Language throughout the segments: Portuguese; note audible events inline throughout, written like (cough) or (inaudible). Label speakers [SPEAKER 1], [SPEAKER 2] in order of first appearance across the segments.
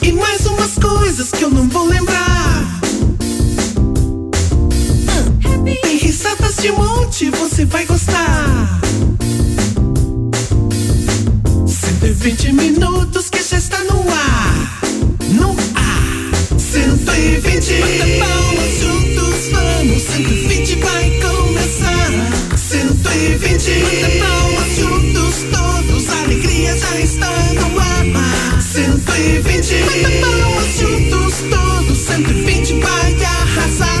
[SPEAKER 1] e mais umas coisas que eu não vou lembrar. Tem risadas de monte, você vai gostar. 120 minutos que já está no ar. No ar. 120. Bata palmas juntos, vamos. 120 vai começar. 120. Bata palmas juntos todos. A alegria já está no ar. 120. Bata palmas juntos todos. 120 vai arrasar.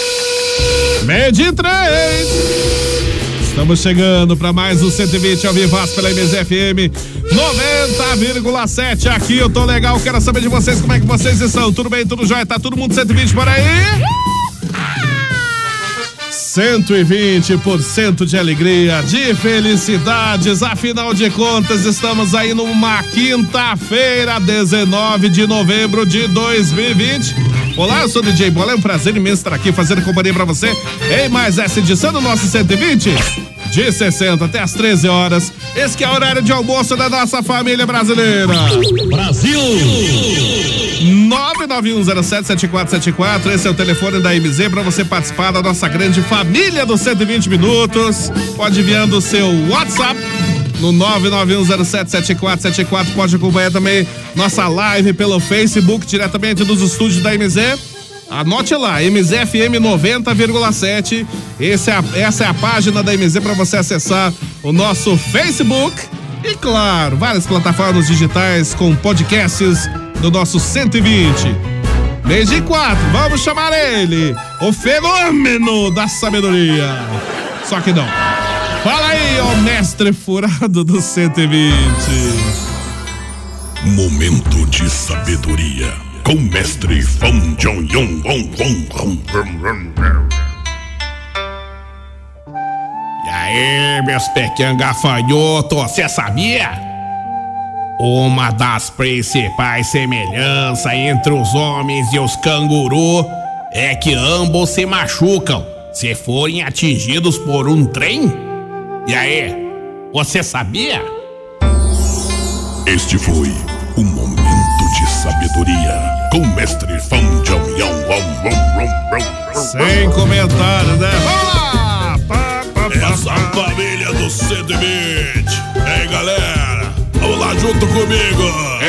[SPEAKER 2] Meio de três. Estamos chegando para mais um 120 ao Vivaz pela MZFM 90,7. Aqui eu tô legal, quero saber de vocês como é que vocês estão. Tudo bem, tudo jóia? Tá todo mundo 120 por aí? 120% de alegria, de felicidades. Afinal de contas, estamos aí numa quinta-feira, 19 de novembro de 2020. Olá, eu sou o DJ Bola. É um prazer imenso estar aqui fazendo companhia pra você em mais essa edição do nosso 120. De 60 até as 13 horas. Esse que é o horário de almoço da nossa família brasileira. Brasil. 991077474, esse é o telefone da MZ para você participar da nossa grande família dos 120 minutos. Pode enviando o seu WhatsApp no 991077474, pode acompanhar também nossa live pelo Facebook diretamente dos estúdios da MZ. Anote lá, MZFM 90,7. Esse é a- Essa é a página da MZ para você acessar o nosso Facebook. E claro, várias plataformas digitais com podcasts do nosso 120. Mês de quatro, vamos chamar ele, o fenômeno da sabedoria. Só que não. Fala aí, ô mestre furado do 120.
[SPEAKER 3] Momento de sabedoria com mestre Fan Jong Yong Wong Wong Wong Wong Wong Wong.
[SPEAKER 2] E aí, meus pequenos gafanhotos, você sabia? Uma das principais semelhanças entre os homens e os canguru é que ambos se machucam se forem atingidos por um trem? E aí, você sabia?
[SPEAKER 3] Este foi o momento de sabedoria com mestre Fan Jong Yong Wong Wong Wong Wong. Wong.
[SPEAKER 2] comentários, né? Vamos lá!
[SPEAKER 3] Essa família do 120. Ei, galera, vamos lá junto comigo.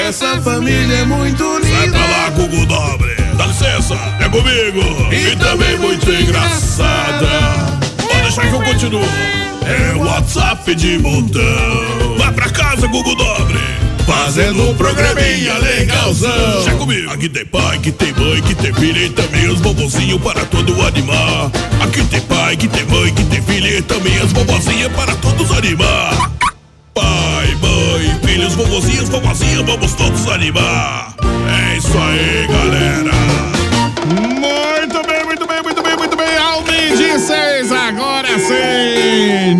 [SPEAKER 2] Essa
[SPEAKER 1] Família é muito
[SPEAKER 3] Vai pra lá,
[SPEAKER 1] linda.
[SPEAKER 3] Gugu Dobre. Dá licença, é comigo. E, também muito engraçada. Pode deixar que eu continuo. É WhatsApp de montão. Vai pra casa, Gugu Dobre. Fazendo um programinha legalzão. Chega comigo. Aqui tem pai, que tem mãe, que tem filha e também os bobozinhos para todo animar. Aqui tem pai, que tem mãe, que tem filha e também as bobozinhas para todos animar. Pai, mãe, filhos, vovozinhos, vovozinhas, vamos todos animar. É isso aí, galera.
[SPEAKER 2] Muito bem, muito bem, muito bem, muito bem. Ao meio de seis, agora sim.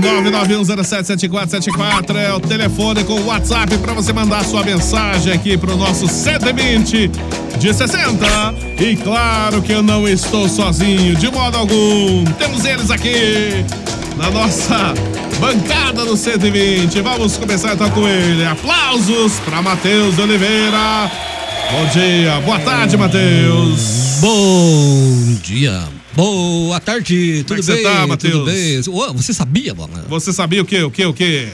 [SPEAKER 2] 31077474 é o telefone com o WhatsApp pra você mandar sua mensagem aqui pro nosso 120 de 60. E claro que eu não estou sozinho, de modo algum. Temos eles aqui na nossa bancada do 120. Vamos começar então com ele. Aplausos pra Matheus Oliveira. Bom dia, boa tarde, Matheus.
[SPEAKER 4] Bom dia. Boa tarde, tudo
[SPEAKER 2] que você
[SPEAKER 4] bem?
[SPEAKER 2] tá,
[SPEAKER 4] tudo
[SPEAKER 2] Matheus?
[SPEAKER 4] bem? Ô, você sabia, Bola?
[SPEAKER 2] É. Você sabia o que, o que, o que?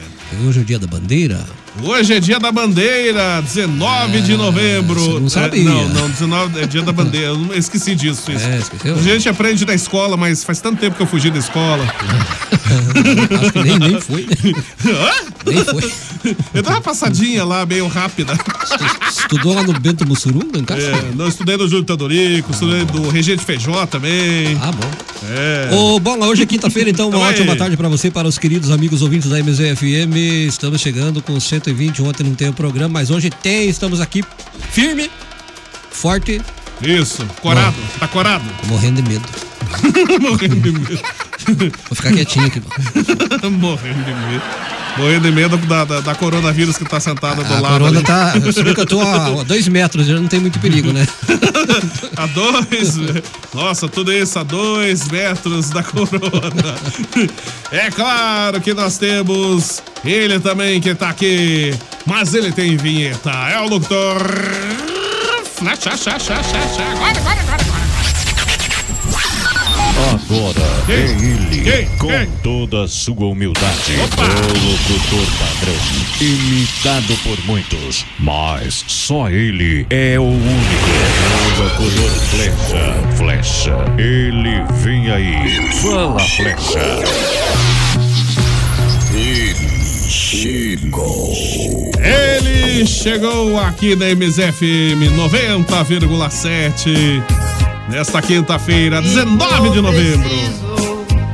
[SPEAKER 4] Hoje é o dia da bandeira?
[SPEAKER 2] Hoje é dia da bandeira, 19 de novembro.
[SPEAKER 4] você não
[SPEAKER 2] É,
[SPEAKER 4] sabia.
[SPEAKER 2] não, não, 19 é dia da bandeira. Eu não- esqueci disso. Isso.
[SPEAKER 4] É, esqueceu?
[SPEAKER 2] A gente aprende na escola, mas faz tanto tempo que eu fugi da escola.
[SPEAKER 4] (laughs) Acho que nem, nem foi, né? Nem foi.
[SPEAKER 2] Eu dei uma passadinha lá, meio rápida.
[SPEAKER 4] Estudou lá no Bento Mussurunga, em casa?
[SPEAKER 2] É, não, eu estudei no Júlio Tandorico, estudei do Regente Feijó também.
[SPEAKER 4] Ah, bom.
[SPEAKER 2] É.
[SPEAKER 4] Ô, Bola, hoje é quinta-feira, então uma
[SPEAKER 2] Tamo aí.
[SPEAKER 4] ótima tarde pra você, para os queridos amigos ouvintes da MZFM. Estamos chegando com 120, ontem não tem o programa, mas hoje tem, estamos aqui firme, forte,
[SPEAKER 2] Isso, corado. Tá corado?
[SPEAKER 4] morrendo de medo.
[SPEAKER 2] (laughs) Morrendo de medo.
[SPEAKER 4] Vou ficar quietinho aqui. Bola.
[SPEAKER 2] Morrendo de medo. Morrendo de medo da, da, da coronavírus que tá sentada do
[SPEAKER 4] A
[SPEAKER 2] lado.
[SPEAKER 4] corona
[SPEAKER 2] ali.
[SPEAKER 4] tá. Você vê que eu tô a, a dois metros, já não tem muito perigo,
[SPEAKER 2] (laughs)
[SPEAKER 4] né?
[SPEAKER 2] A dois. Nossa, tudo isso a dois metros da corona. É claro que nós temos ele também que tá aqui, mas ele tem vinheta. É o locutor. Flash, chá, chá, chá, chá, chá. Agora, agora, agora, agora.
[SPEAKER 5] Agora
[SPEAKER 2] Quem?
[SPEAKER 5] é ele,
[SPEAKER 2] Quem?
[SPEAKER 5] com
[SPEAKER 2] Quem?
[SPEAKER 5] toda a sua humildade,
[SPEAKER 2] Opa!
[SPEAKER 5] o locutor padrão, imitado por muitos, mas só ele é o único. O locutor flecha, flecha, ele vem aí, fala flecha.
[SPEAKER 2] Ele chegou aqui na MZFM 90,7 nesta quinta-feira, 19 de novembro.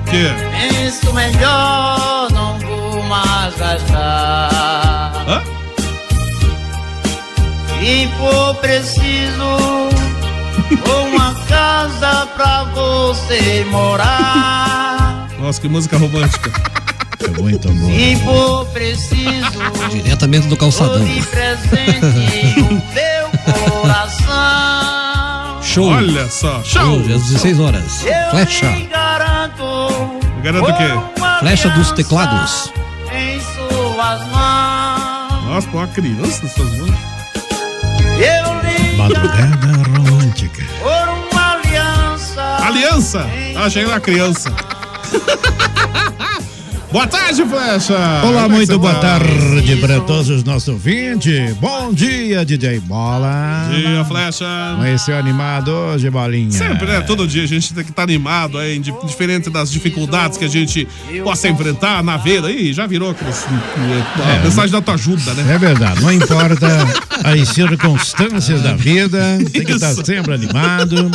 [SPEAKER 2] Que?
[SPEAKER 6] Penso melhor, não vou mais gastar.
[SPEAKER 2] Hã?
[SPEAKER 6] E for preciso, uma casa pra você morar.
[SPEAKER 2] Nossa, que música romântica.
[SPEAKER 6] E for preciso,
[SPEAKER 4] Diretamente do calçadão.
[SPEAKER 6] dou de presente o meu coração.
[SPEAKER 4] Show!
[SPEAKER 2] Olha só. Show!
[SPEAKER 4] Hoje, às 16 horas.
[SPEAKER 6] Eu
[SPEAKER 4] Flecha.
[SPEAKER 6] lhe garanto.
[SPEAKER 2] Garanto o quê?
[SPEAKER 6] uma
[SPEAKER 4] Flecha dos
[SPEAKER 6] aliança
[SPEAKER 4] teclados.
[SPEAKER 6] Em suas mãos.
[SPEAKER 2] Nossa, põe uma criança nessas mãos.
[SPEAKER 6] Eu lhe garanto.
[SPEAKER 7] romântica.
[SPEAKER 6] Por uma aliança.
[SPEAKER 2] Aliança! Achei uma criança. boa tarde, Flecha!
[SPEAKER 7] Olá,
[SPEAKER 2] Como é que
[SPEAKER 7] muito
[SPEAKER 2] você
[SPEAKER 7] boa
[SPEAKER 2] tá?
[SPEAKER 7] tarde para todos os nossos ouvintes. Bom dia, DJ Bola.
[SPEAKER 2] Bom Dia, Flecha!
[SPEAKER 7] Amanheceu animado hoje, Bolinha?
[SPEAKER 2] Sempre, né? Todo dia a gente tem que estar animado, é, indi- diferente das dificuldades que a gente possa enfrentar na vida. Ih, já virou aqueles, a mensagem da tua ajuda, né?
[SPEAKER 7] É verdade, não importa as circunstâncias da vida, tem que
[SPEAKER 2] Isso.
[SPEAKER 7] estar sempre animado.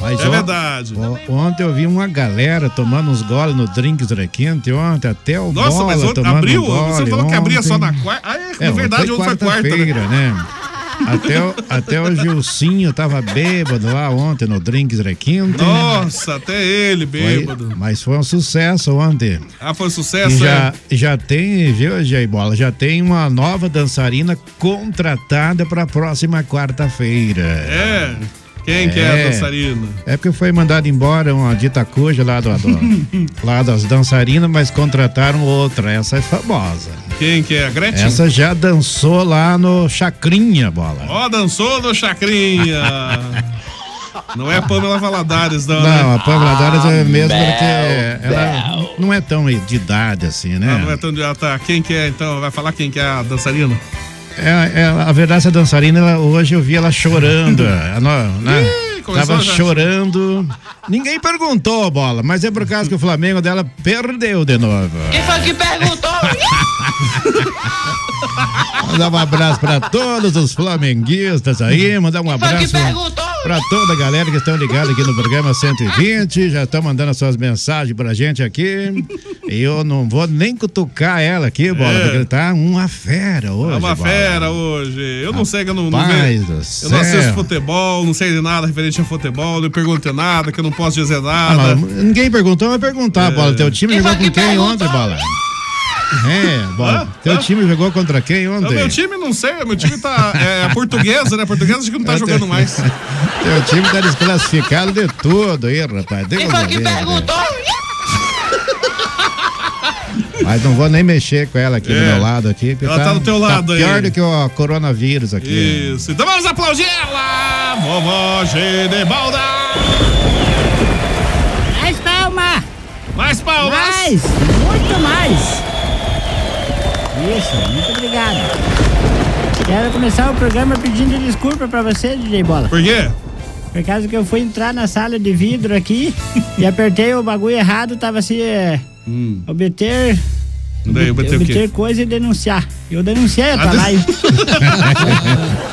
[SPEAKER 7] Mas
[SPEAKER 2] É
[SPEAKER 7] ó,
[SPEAKER 2] verdade.
[SPEAKER 7] ó, ontem eu vi uma galera tomando uns goles no drinks quente ontem, até o
[SPEAKER 2] Nossa,
[SPEAKER 7] Bola
[SPEAKER 2] mas ontem
[SPEAKER 7] tomando
[SPEAKER 2] abriu?
[SPEAKER 7] gole
[SPEAKER 2] Você falou que abria só
[SPEAKER 7] ontem.
[SPEAKER 2] na quarta. Ah, é,
[SPEAKER 7] É,
[SPEAKER 2] na verdade, ontem foi quarta, né?
[SPEAKER 7] quarta-feira, né? Até o, até o Gilcinho tava bêbado lá ontem no Drinks Requinte.
[SPEAKER 2] Nossa, até ele,
[SPEAKER 7] né? Foi-
[SPEAKER 2] bêbado.
[SPEAKER 7] mas foi um sucesso ontem.
[SPEAKER 2] Ah, foi
[SPEAKER 7] E
[SPEAKER 2] sucesso,
[SPEAKER 7] já,
[SPEAKER 2] né?
[SPEAKER 7] já tem, viu, Jay Bola? Já tem uma nova dançarina contratada para a próxima quarta-feira.
[SPEAKER 2] É. Quem que é a
[SPEAKER 7] É.
[SPEAKER 2] dançarina?
[SPEAKER 7] É porque foi mandado embora uma dita cuja lá, do, do- lá das dançarinas, mas contrataram outra. Essa é famosa.
[SPEAKER 2] (laughs) Quem que é? A Gretchen?
[SPEAKER 7] Essa já dançou lá no Chacrinha, Bola.
[SPEAKER 2] Ó, dançou no Chacrinha. não é a Pamela Valadares, não.
[SPEAKER 7] Não,
[SPEAKER 2] né?
[SPEAKER 7] a Pamela Dória é mesmo porque ela não é tão de idade assim, né?
[SPEAKER 2] Ah, não é tão de... ah, tá. Quem que é, então? Vai falar quem que é a dançarina?
[SPEAKER 7] Ela- ela- É, a verdade, essa dançarina, ela- hoje eu vi ela
[SPEAKER 2] (laughs)
[SPEAKER 7] chorando. ela não- né?
[SPEAKER 2] Ih, começou
[SPEAKER 7] Tava
[SPEAKER 2] já.
[SPEAKER 7] chorando. Ninguém perguntou, bola, mas é por causa que o Flamengo dela perdeu de novo.
[SPEAKER 6] Quem foi que perguntou?
[SPEAKER 7] Mandar um abraço pra todos os flamenguistas aí, mandar um
[SPEAKER 6] Quem foi que
[SPEAKER 7] abraço.
[SPEAKER 6] perguntou?
[SPEAKER 7] Pra toda a galera que estão ligada aqui no programa 120, já estão mandando as suas mensagens pra gente aqui. Eu não vou nem cutucar ela aqui, bola,
[SPEAKER 2] É.
[SPEAKER 7] porque ele tá uma fera hoje.
[SPEAKER 2] é uma
[SPEAKER 7] bola.
[SPEAKER 2] fera hoje. Eu não sei que eu não, não
[SPEAKER 7] Rapaz
[SPEAKER 2] vejo-
[SPEAKER 7] do
[SPEAKER 2] Eu não
[SPEAKER 7] céu.
[SPEAKER 2] assisto futebol, não sei de nada referente a futebol, não perguntei nada, que eu não posso dizer
[SPEAKER 7] Ah,
[SPEAKER 2] nada. É.
[SPEAKER 7] não, ninguém perguntou, vai perguntar, bola. Teu time jogou com quem ontem, bola? É, bola. Teu time jogou contra quem
[SPEAKER 2] Não,
[SPEAKER 7] ontem?
[SPEAKER 2] É meu time não sei, meu time tá.
[SPEAKER 7] (laughs)
[SPEAKER 2] É, a portuguesa, né? A portuguesa acho que não tá jogando mais.
[SPEAKER 7] Teu time tá desclassificado de tudo aí, rapaz. Deus
[SPEAKER 6] Quem foi
[SPEAKER 7] me
[SPEAKER 6] que
[SPEAKER 7] livre.
[SPEAKER 6] perguntou?
[SPEAKER 7] (laughs) Mas não vou nem mexer com ela aqui do
[SPEAKER 2] É.
[SPEAKER 7] meu lado aqui. porque
[SPEAKER 2] Ela tá do teu lado aí.
[SPEAKER 7] Pior do que o coronavírus aqui.
[SPEAKER 2] Isso. Então vamos aplaudir ela! Vovó Gedebalda!
[SPEAKER 6] né?
[SPEAKER 8] Mais palma!
[SPEAKER 2] Mais palmas!
[SPEAKER 8] Mais! Muito mais! Isso, muito obrigado. Quero começar o programa pedindo desculpa pra você, DJ Bola.
[SPEAKER 2] Por quê?
[SPEAKER 8] Por causa que eu fui entrar na sala de vidro aqui e apertei o bagulho errado, tava assim, é, obter,
[SPEAKER 2] Daí eu botei o quê?
[SPEAKER 8] obter coisa e denunciar. Eu denunciei a tua
[SPEAKER 2] Ah,
[SPEAKER 8] live.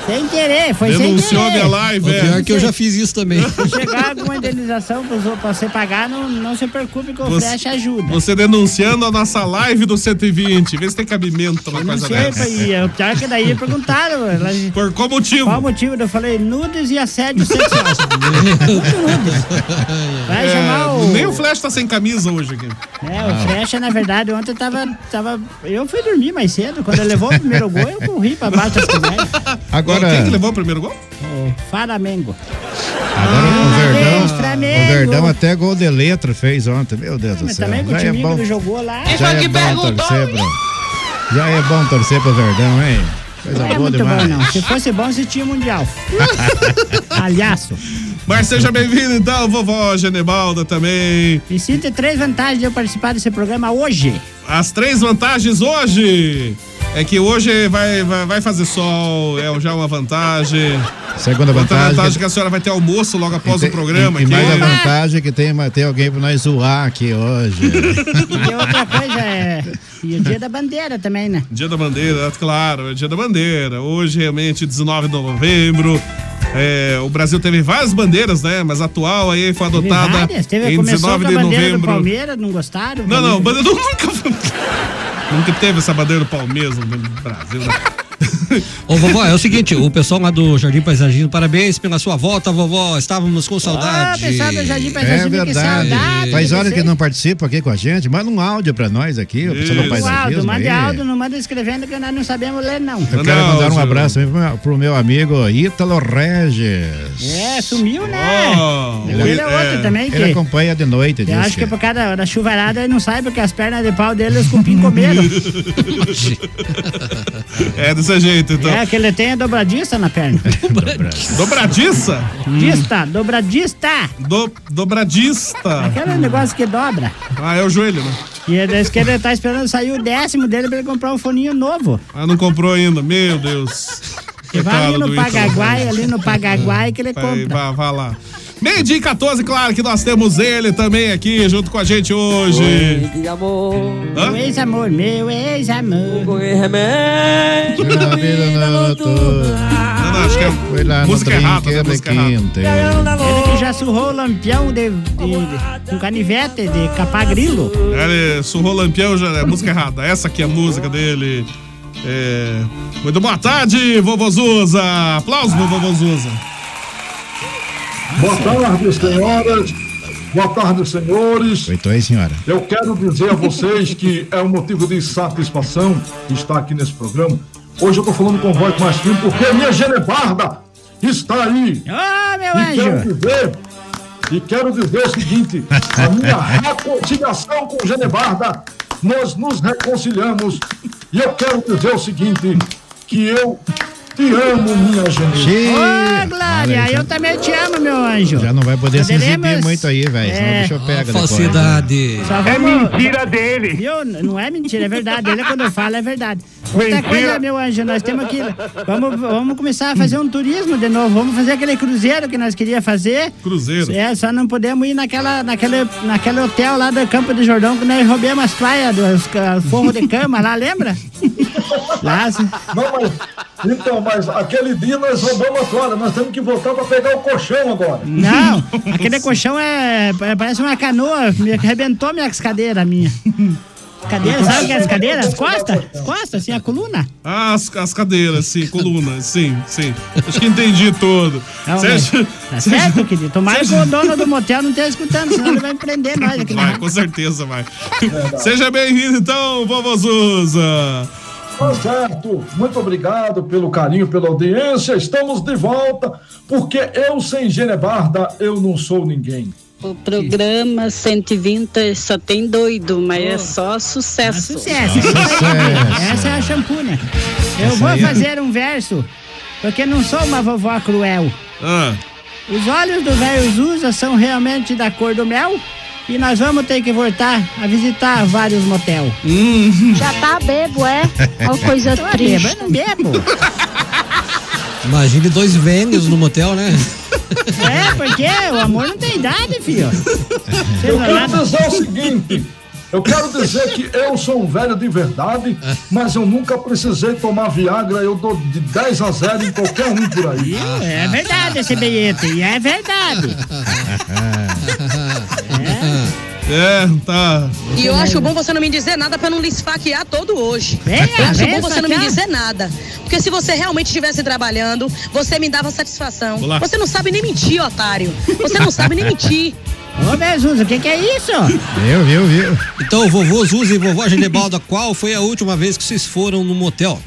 [SPEAKER 8] sem querer, foi
[SPEAKER 4] Denunciou
[SPEAKER 8] sem querer.
[SPEAKER 4] minha live, O é. pior é que eu já fiz isso também.
[SPEAKER 8] Se chegar alguma indenização pra você- pra você pagar, não, não se preocupe que o Flecha ajuda.
[SPEAKER 2] você denunciando a nossa live do 120. Vê se tem cabimento uma coisa
[SPEAKER 8] Sei,
[SPEAKER 2] dessa. (laughs)
[SPEAKER 8] pai, e o pior é que daí perguntaram. elas-
[SPEAKER 2] Por qual motivo?
[SPEAKER 8] Qual motivo? Eu falei nudes e
[SPEAKER 7] (laughs)
[SPEAKER 8] assédio sexual. Vai
[SPEAKER 2] É,
[SPEAKER 8] chamar o-
[SPEAKER 2] Nem o Flash tá sem camisa hoje aqui.
[SPEAKER 8] é, o Frecha, na verdade, ontem tava, tava. Eu fui dormir mais cedo. Quando ele levou o primeiro gol, eu corri pra baixo das conversas.
[SPEAKER 7] Agora,
[SPEAKER 2] Quem que levou o primeiro gol?
[SPEAKER 8] Flamengo.
[SPEAKER 7] agora o Verdão.
[SPEAKER 8] Parabéns, Flamengo.
[SPEAKER 7] O Verdão até gol de letra fez ontem. Meu Deus do
[SPEAKER 8] Mas
[SPEAKER 7] céu.
[SPEAKER 8] também com o
[SPEAKER 7] Já é
[SPEAKER 8] time que
[SPEAKER 7] bom,
[SPEAKER 8] ele jogou lá.
[SPEAKER 7] já é bom torcer, bro. Já é bom torcer pro Verdão, hein? Coisa
[SPEAKER 8] Não é
[SPEAKER 7] boa
[SPEAKER 8] muito bom,
[SPEAKER 7] demais.
[SPEAKER 8] não. Se fosse bom, se tinha
[SPEAKER 2] (laughs)
[SPEAKER 8] mundial. Palhaço.
[SPEAKER 2] Mas seja bem-vindo então, vovó Genebalda também.
[SPEAKER 8] E sinto três vantagens de eu participar desse programa hoje.
[SPEAKER 2] As três vantagens hoje é que hoje vai, vai, vai fazer sol, é já uma vantagem.
[SPEAKER 7] Segunda
[SPEAKER 2] Outra
[SPEAKER 7] vantagem.
[SPEAKER 2] vantagem é que a senhora vai ter almoço logo após o programa
[SPEAKER 7] e, e
[SPEAKER 2] aqui.
[SPEAKER 7] mais a vantagem é que tem, tem alguém pra nós zoar aqui hoje.
[SPEAKER 8] E outra coisa é. E o dia da bandeira também, né?
[SPEAKER 2] Dia da Bandeira, claro, é Dia da Bandeira. Hoje, realmente, 19 de novembro. É, o Brasil teve várias bandeiras, né? Mas a atual aí foi
[SPEAKER 8] Teve
[SPEAKER 2] adotada
[SPEAKER 8] várias. Teve,
[SPEAKER 2] Então tá, em
[SPEAKER 8] começou
[SPEAKER 2] 19
[SPEAKER 8] com a
[SPEAKER 2] de
[SPEAKER 8] bandeira do
[SPEAKER 2] novembro.
[SPEAKER 8] Palmeiras, não gostaram?
[SPEAKER 2] Não, não,
[SPEAKER 8] Palmeiras- Ah,
[SPEAKER 2] bandeira do- (laughs) nunca foi. (laughs) Nunca teve essa bandeira do Palmeiras no Brasil. né?
[SPEAKER 4] Ô, vovó, é o seguinte, o pessoal lá do Jardim Paisagismo, parabéns pela sua volta, vovó. Estávamos com
[SPEAKER 8] Ah,
[SPEAKER 4] saudade.
[SPEAKER 8] pessoal do Jardim Paisagismo,
[SPEAKER 7] É
[SPEAKER 8] que
[SPEAKER 7] verdade.
[SPEAKER 8] saudade.
[SPEAKER 7] Faz
[SPEAKER 8] de
[SPEAKER 7] horas que
[SPEAKER 8] vocês.
[SPEAKER 7] não participa aqui com a gente. Manda um áudio pra nós aqui. O pessoal do
[SPEAKER 8] Manda áudio,
[SPEAKER 7] paisagismo. aí.
[SPEAKER 8] manda áudio, não manda escrevendo que nós não sabemos ler, não.
[SPEAKER 7] é Eu quero mandar um
[SPEAKER 2] áudio.
[SPEAKER 7] abraço também pro meu, pro meu amigo Ítalo Regis.
[SPEAKER 8] É, sumiu, né?
[SPEAKER 2] Oh,
[SPEAKER 8] Ele é outro também
[SPEAKER 7] Ele
[SPEAKER 8] que...
[SPEAKER 7] acompanha de noite,
[SPEAKER 8] Eu
[SPEAKER 7] diz
[SPEAKER 8] acho que é
[SPEAKER 7] que. é.
[SPEAKER 8] por causa da- da chuvarada ele não sabe porque as pernas de pau dele os cupim comeram.
[SPEAKER 2] É desse jeito, (laughs) então.
[SPEAKER 8] é, que ele tem a dobradiça na perna.
[SPEAKER 2] Dobradiça?
[SPEAKER 8] Dista, dobradista.
[SPEAKER 2] Do, dobradista.
[SPEAKER 8] Aquele negócio que dobra.
[SPEAKER 2] Ah, é o joelho, né?
[SPEAKER 8] E ele disse que ele tá esperando sair o décimo dele pra ele comprar um foninho novo.
[SPEAKER 2] Ah, não comprou ainda. Meu Deus.
[SPEAKER 8] Que vai ali no
[SPEAKER 2] Ítalo
[SPEAKER 8] Pagaguai,
[SPEAKER 2] Regis.
[SPEAKER 8] ali no Pagaguai que ele
[SPEAKER 2] Vai,
[SPEAKER 8] compra.
[SPEAKER 2] vai, vai lá. Meio dia e 14, claro que nós temos ele também aqui junto com a gente hoje.
[SPEAKER 8] Meu ex-amor, meu ex-amor.
[SPEAKER 7] Na vida não tô.
[SPEAKER 2] Não, não, acho que é
[SPEAKER 7] Foi lá no
[SPEAKER 2] música errada, né?
[SPEAKER 7] trinquedo
[SPEAKER 2] Música errada.
[SPEAKER 7] quinta.
[SPEAKER 8] Ele que já surrou o lampião de, de- de- com canivete de capar grilo.
[SPEAKER 2] Ele surrou Lampião, já é música errada. Essa aqui é a música dele. É, Muito boa tarde, vovô Zuza. Aplausos pro vovô Zuza.
[SPEAKER 9] Boa tarde, senhoras. Boa tarde, senhores.
[SPEAKER 7] Oito aí, senhora.
[SPEAKER 9] Eu quero dizer a vocês que é um motivo de satisfação estar aqui nesse programa. Hoje eu estou falando com voz mais firme porque a minha Genebarda está aí.
[SPEAKER 8] Ô, Ah, meu
[SPEAKER 9] E
[SPEAKER 6] Então,
[SPEAKER 9] quero
[SPEAKER 8] anjo!
[SPEAKER 9] dizer, e quero dizer o seguinte: a minha
[SPEAKER 8] (laughs)
[SPEAKER 9] reconciliação com Genebarda, nós nos reconciliamos. E eu quero dizer o seguinte: que eu te amo, minha Genebarda.
[SPEAKER 7] Xiii.
[SPEAKER 8] Ô, Glória,
[SPEAKER 7] Olha,
[SPEAKER 8] eu também te amo, meu anjo.
[SPEAKER 7] Já não vai poder se exibir
[SPEAKER 8] Poderemos-
[SPEAKER 7] muito aí, velho. Senão
[SPEAKER 8] É.
[SPEAKER 7] o bicho pega depois. né?
[SPEAKER 4] Falsidade.
[SPEAKER 8] É mentira dele. Viu? Não é mentira, é verdade. Ele quando fala é verdade. Outra coisa, meu anjo, nós temos que. Vamos, vamos começar a fazer um turismo de novo. Vamos fazer aquele cruzeiro que nós queríamos fazer.
[SPEAKER 2] Cruzeiro.
[SPEAKER 8] É, só não podemos ir naquela, naquele, naquele hotel lá do Campo do Jordão que nós roubamos as praias, os, forros de cama lá, lembra? Lá, se-
[SPEAKER 9] Não, mas, então, mas aquele dia nós roubamos a toalha. Nós temos que voltar para pegar o colchão agora. (laughs)
[SPEAKER 8] Não, aquele colchão é, é- parece uma canoa, me arrebentou minhas cadeiras, minha. Cadeira, sabe o que é as cadeiras? As costas? As costas, assim, a coluna.
[SPEAKER 2] Ah, as, as cadeiras, sim, colunas, sim, sim. Acho que entendi tudo.
[SPEAKER 8] Não, mas Tá certo, querido? Tomara que o dono do motel não esteja escutando, senão ele vai prender nós aqui.
[SPEAKER 2] (laughs) Vai, com certeza vai. Seja bem-vindo, então, vovô Zuza.
[SPEAKER 9] Tá certo. Muito obrigado pelo carinho, pela audiência. Estamos de volta, porque eu sem Genebarda, eu não sou ninguém.
[SPEAKER 10] O programa 120 só tem doido, mas é só sucesso.
[SPEAKER 8] Oh. sucesso. Essa é a
[SPEAKER 7] (laughs)
[SPEAKER 8] champuna. Eu
[SPEAKER 10] Essa
[SPEAKER 8] vou
[SPEAKER 10] aí é-
[SPEAKER 8] fazer um verso, porque não sou uma vovó cruel.
[SPEAKER 2] Ah.
[SPEAKER 8] Os olhos do velho Zusa são realmente da cor do mel e nós vamos ter que voltar a visitar vários motel. Já tá bebo, é?
[SPEAKER 4] Ó, coisa triste.
[SPEAKER 8] Eu não bebo.
[SPEAKER 4] Imagine dois vênios no motel, né?
[SPEAKER 8] É, porque o amor não tem idade, filho.
[SPEAKER 9] Eu quero dizer o seguinte. Eu quero dizer que eu sou um velho de verdade, mas eu nunca precisei tomar Viagra. Eu dou de 10 a 0 em qualquer um por aí.
[SPEAKER 8] É verdade esse bilhete, e é verdade.
[SPEAKER 2] É, tá.
[SPEAKER 11] E eu acho bom você não me dizer nada pra não lhe esfaquear todo hoje.
[SPEAKER 2] Venha,
[SPEAKER 11] eu acho
[SPEAKER 2] venha
[SPEAKER 11] bom você não me dizer
[SPEAKER 2] esfaquear.
[SPEAKER 11] nada. Porque se você realmente estivesse trabalhando, você me dava satisfação.
[SPEAKER 8] Olá.
[SPEAKER 11] Você não sabe nem mentir, otário. Você não sabe nem mentir.
[SPEAKER 8] (laughs) Ô, velho Zusa, o que, que é isso?
[SPEAKER 4] Viu, viu, viu. Então, vovô Zuzi e vovó Genebalda, qual foi a última vez que vocês foram no motel?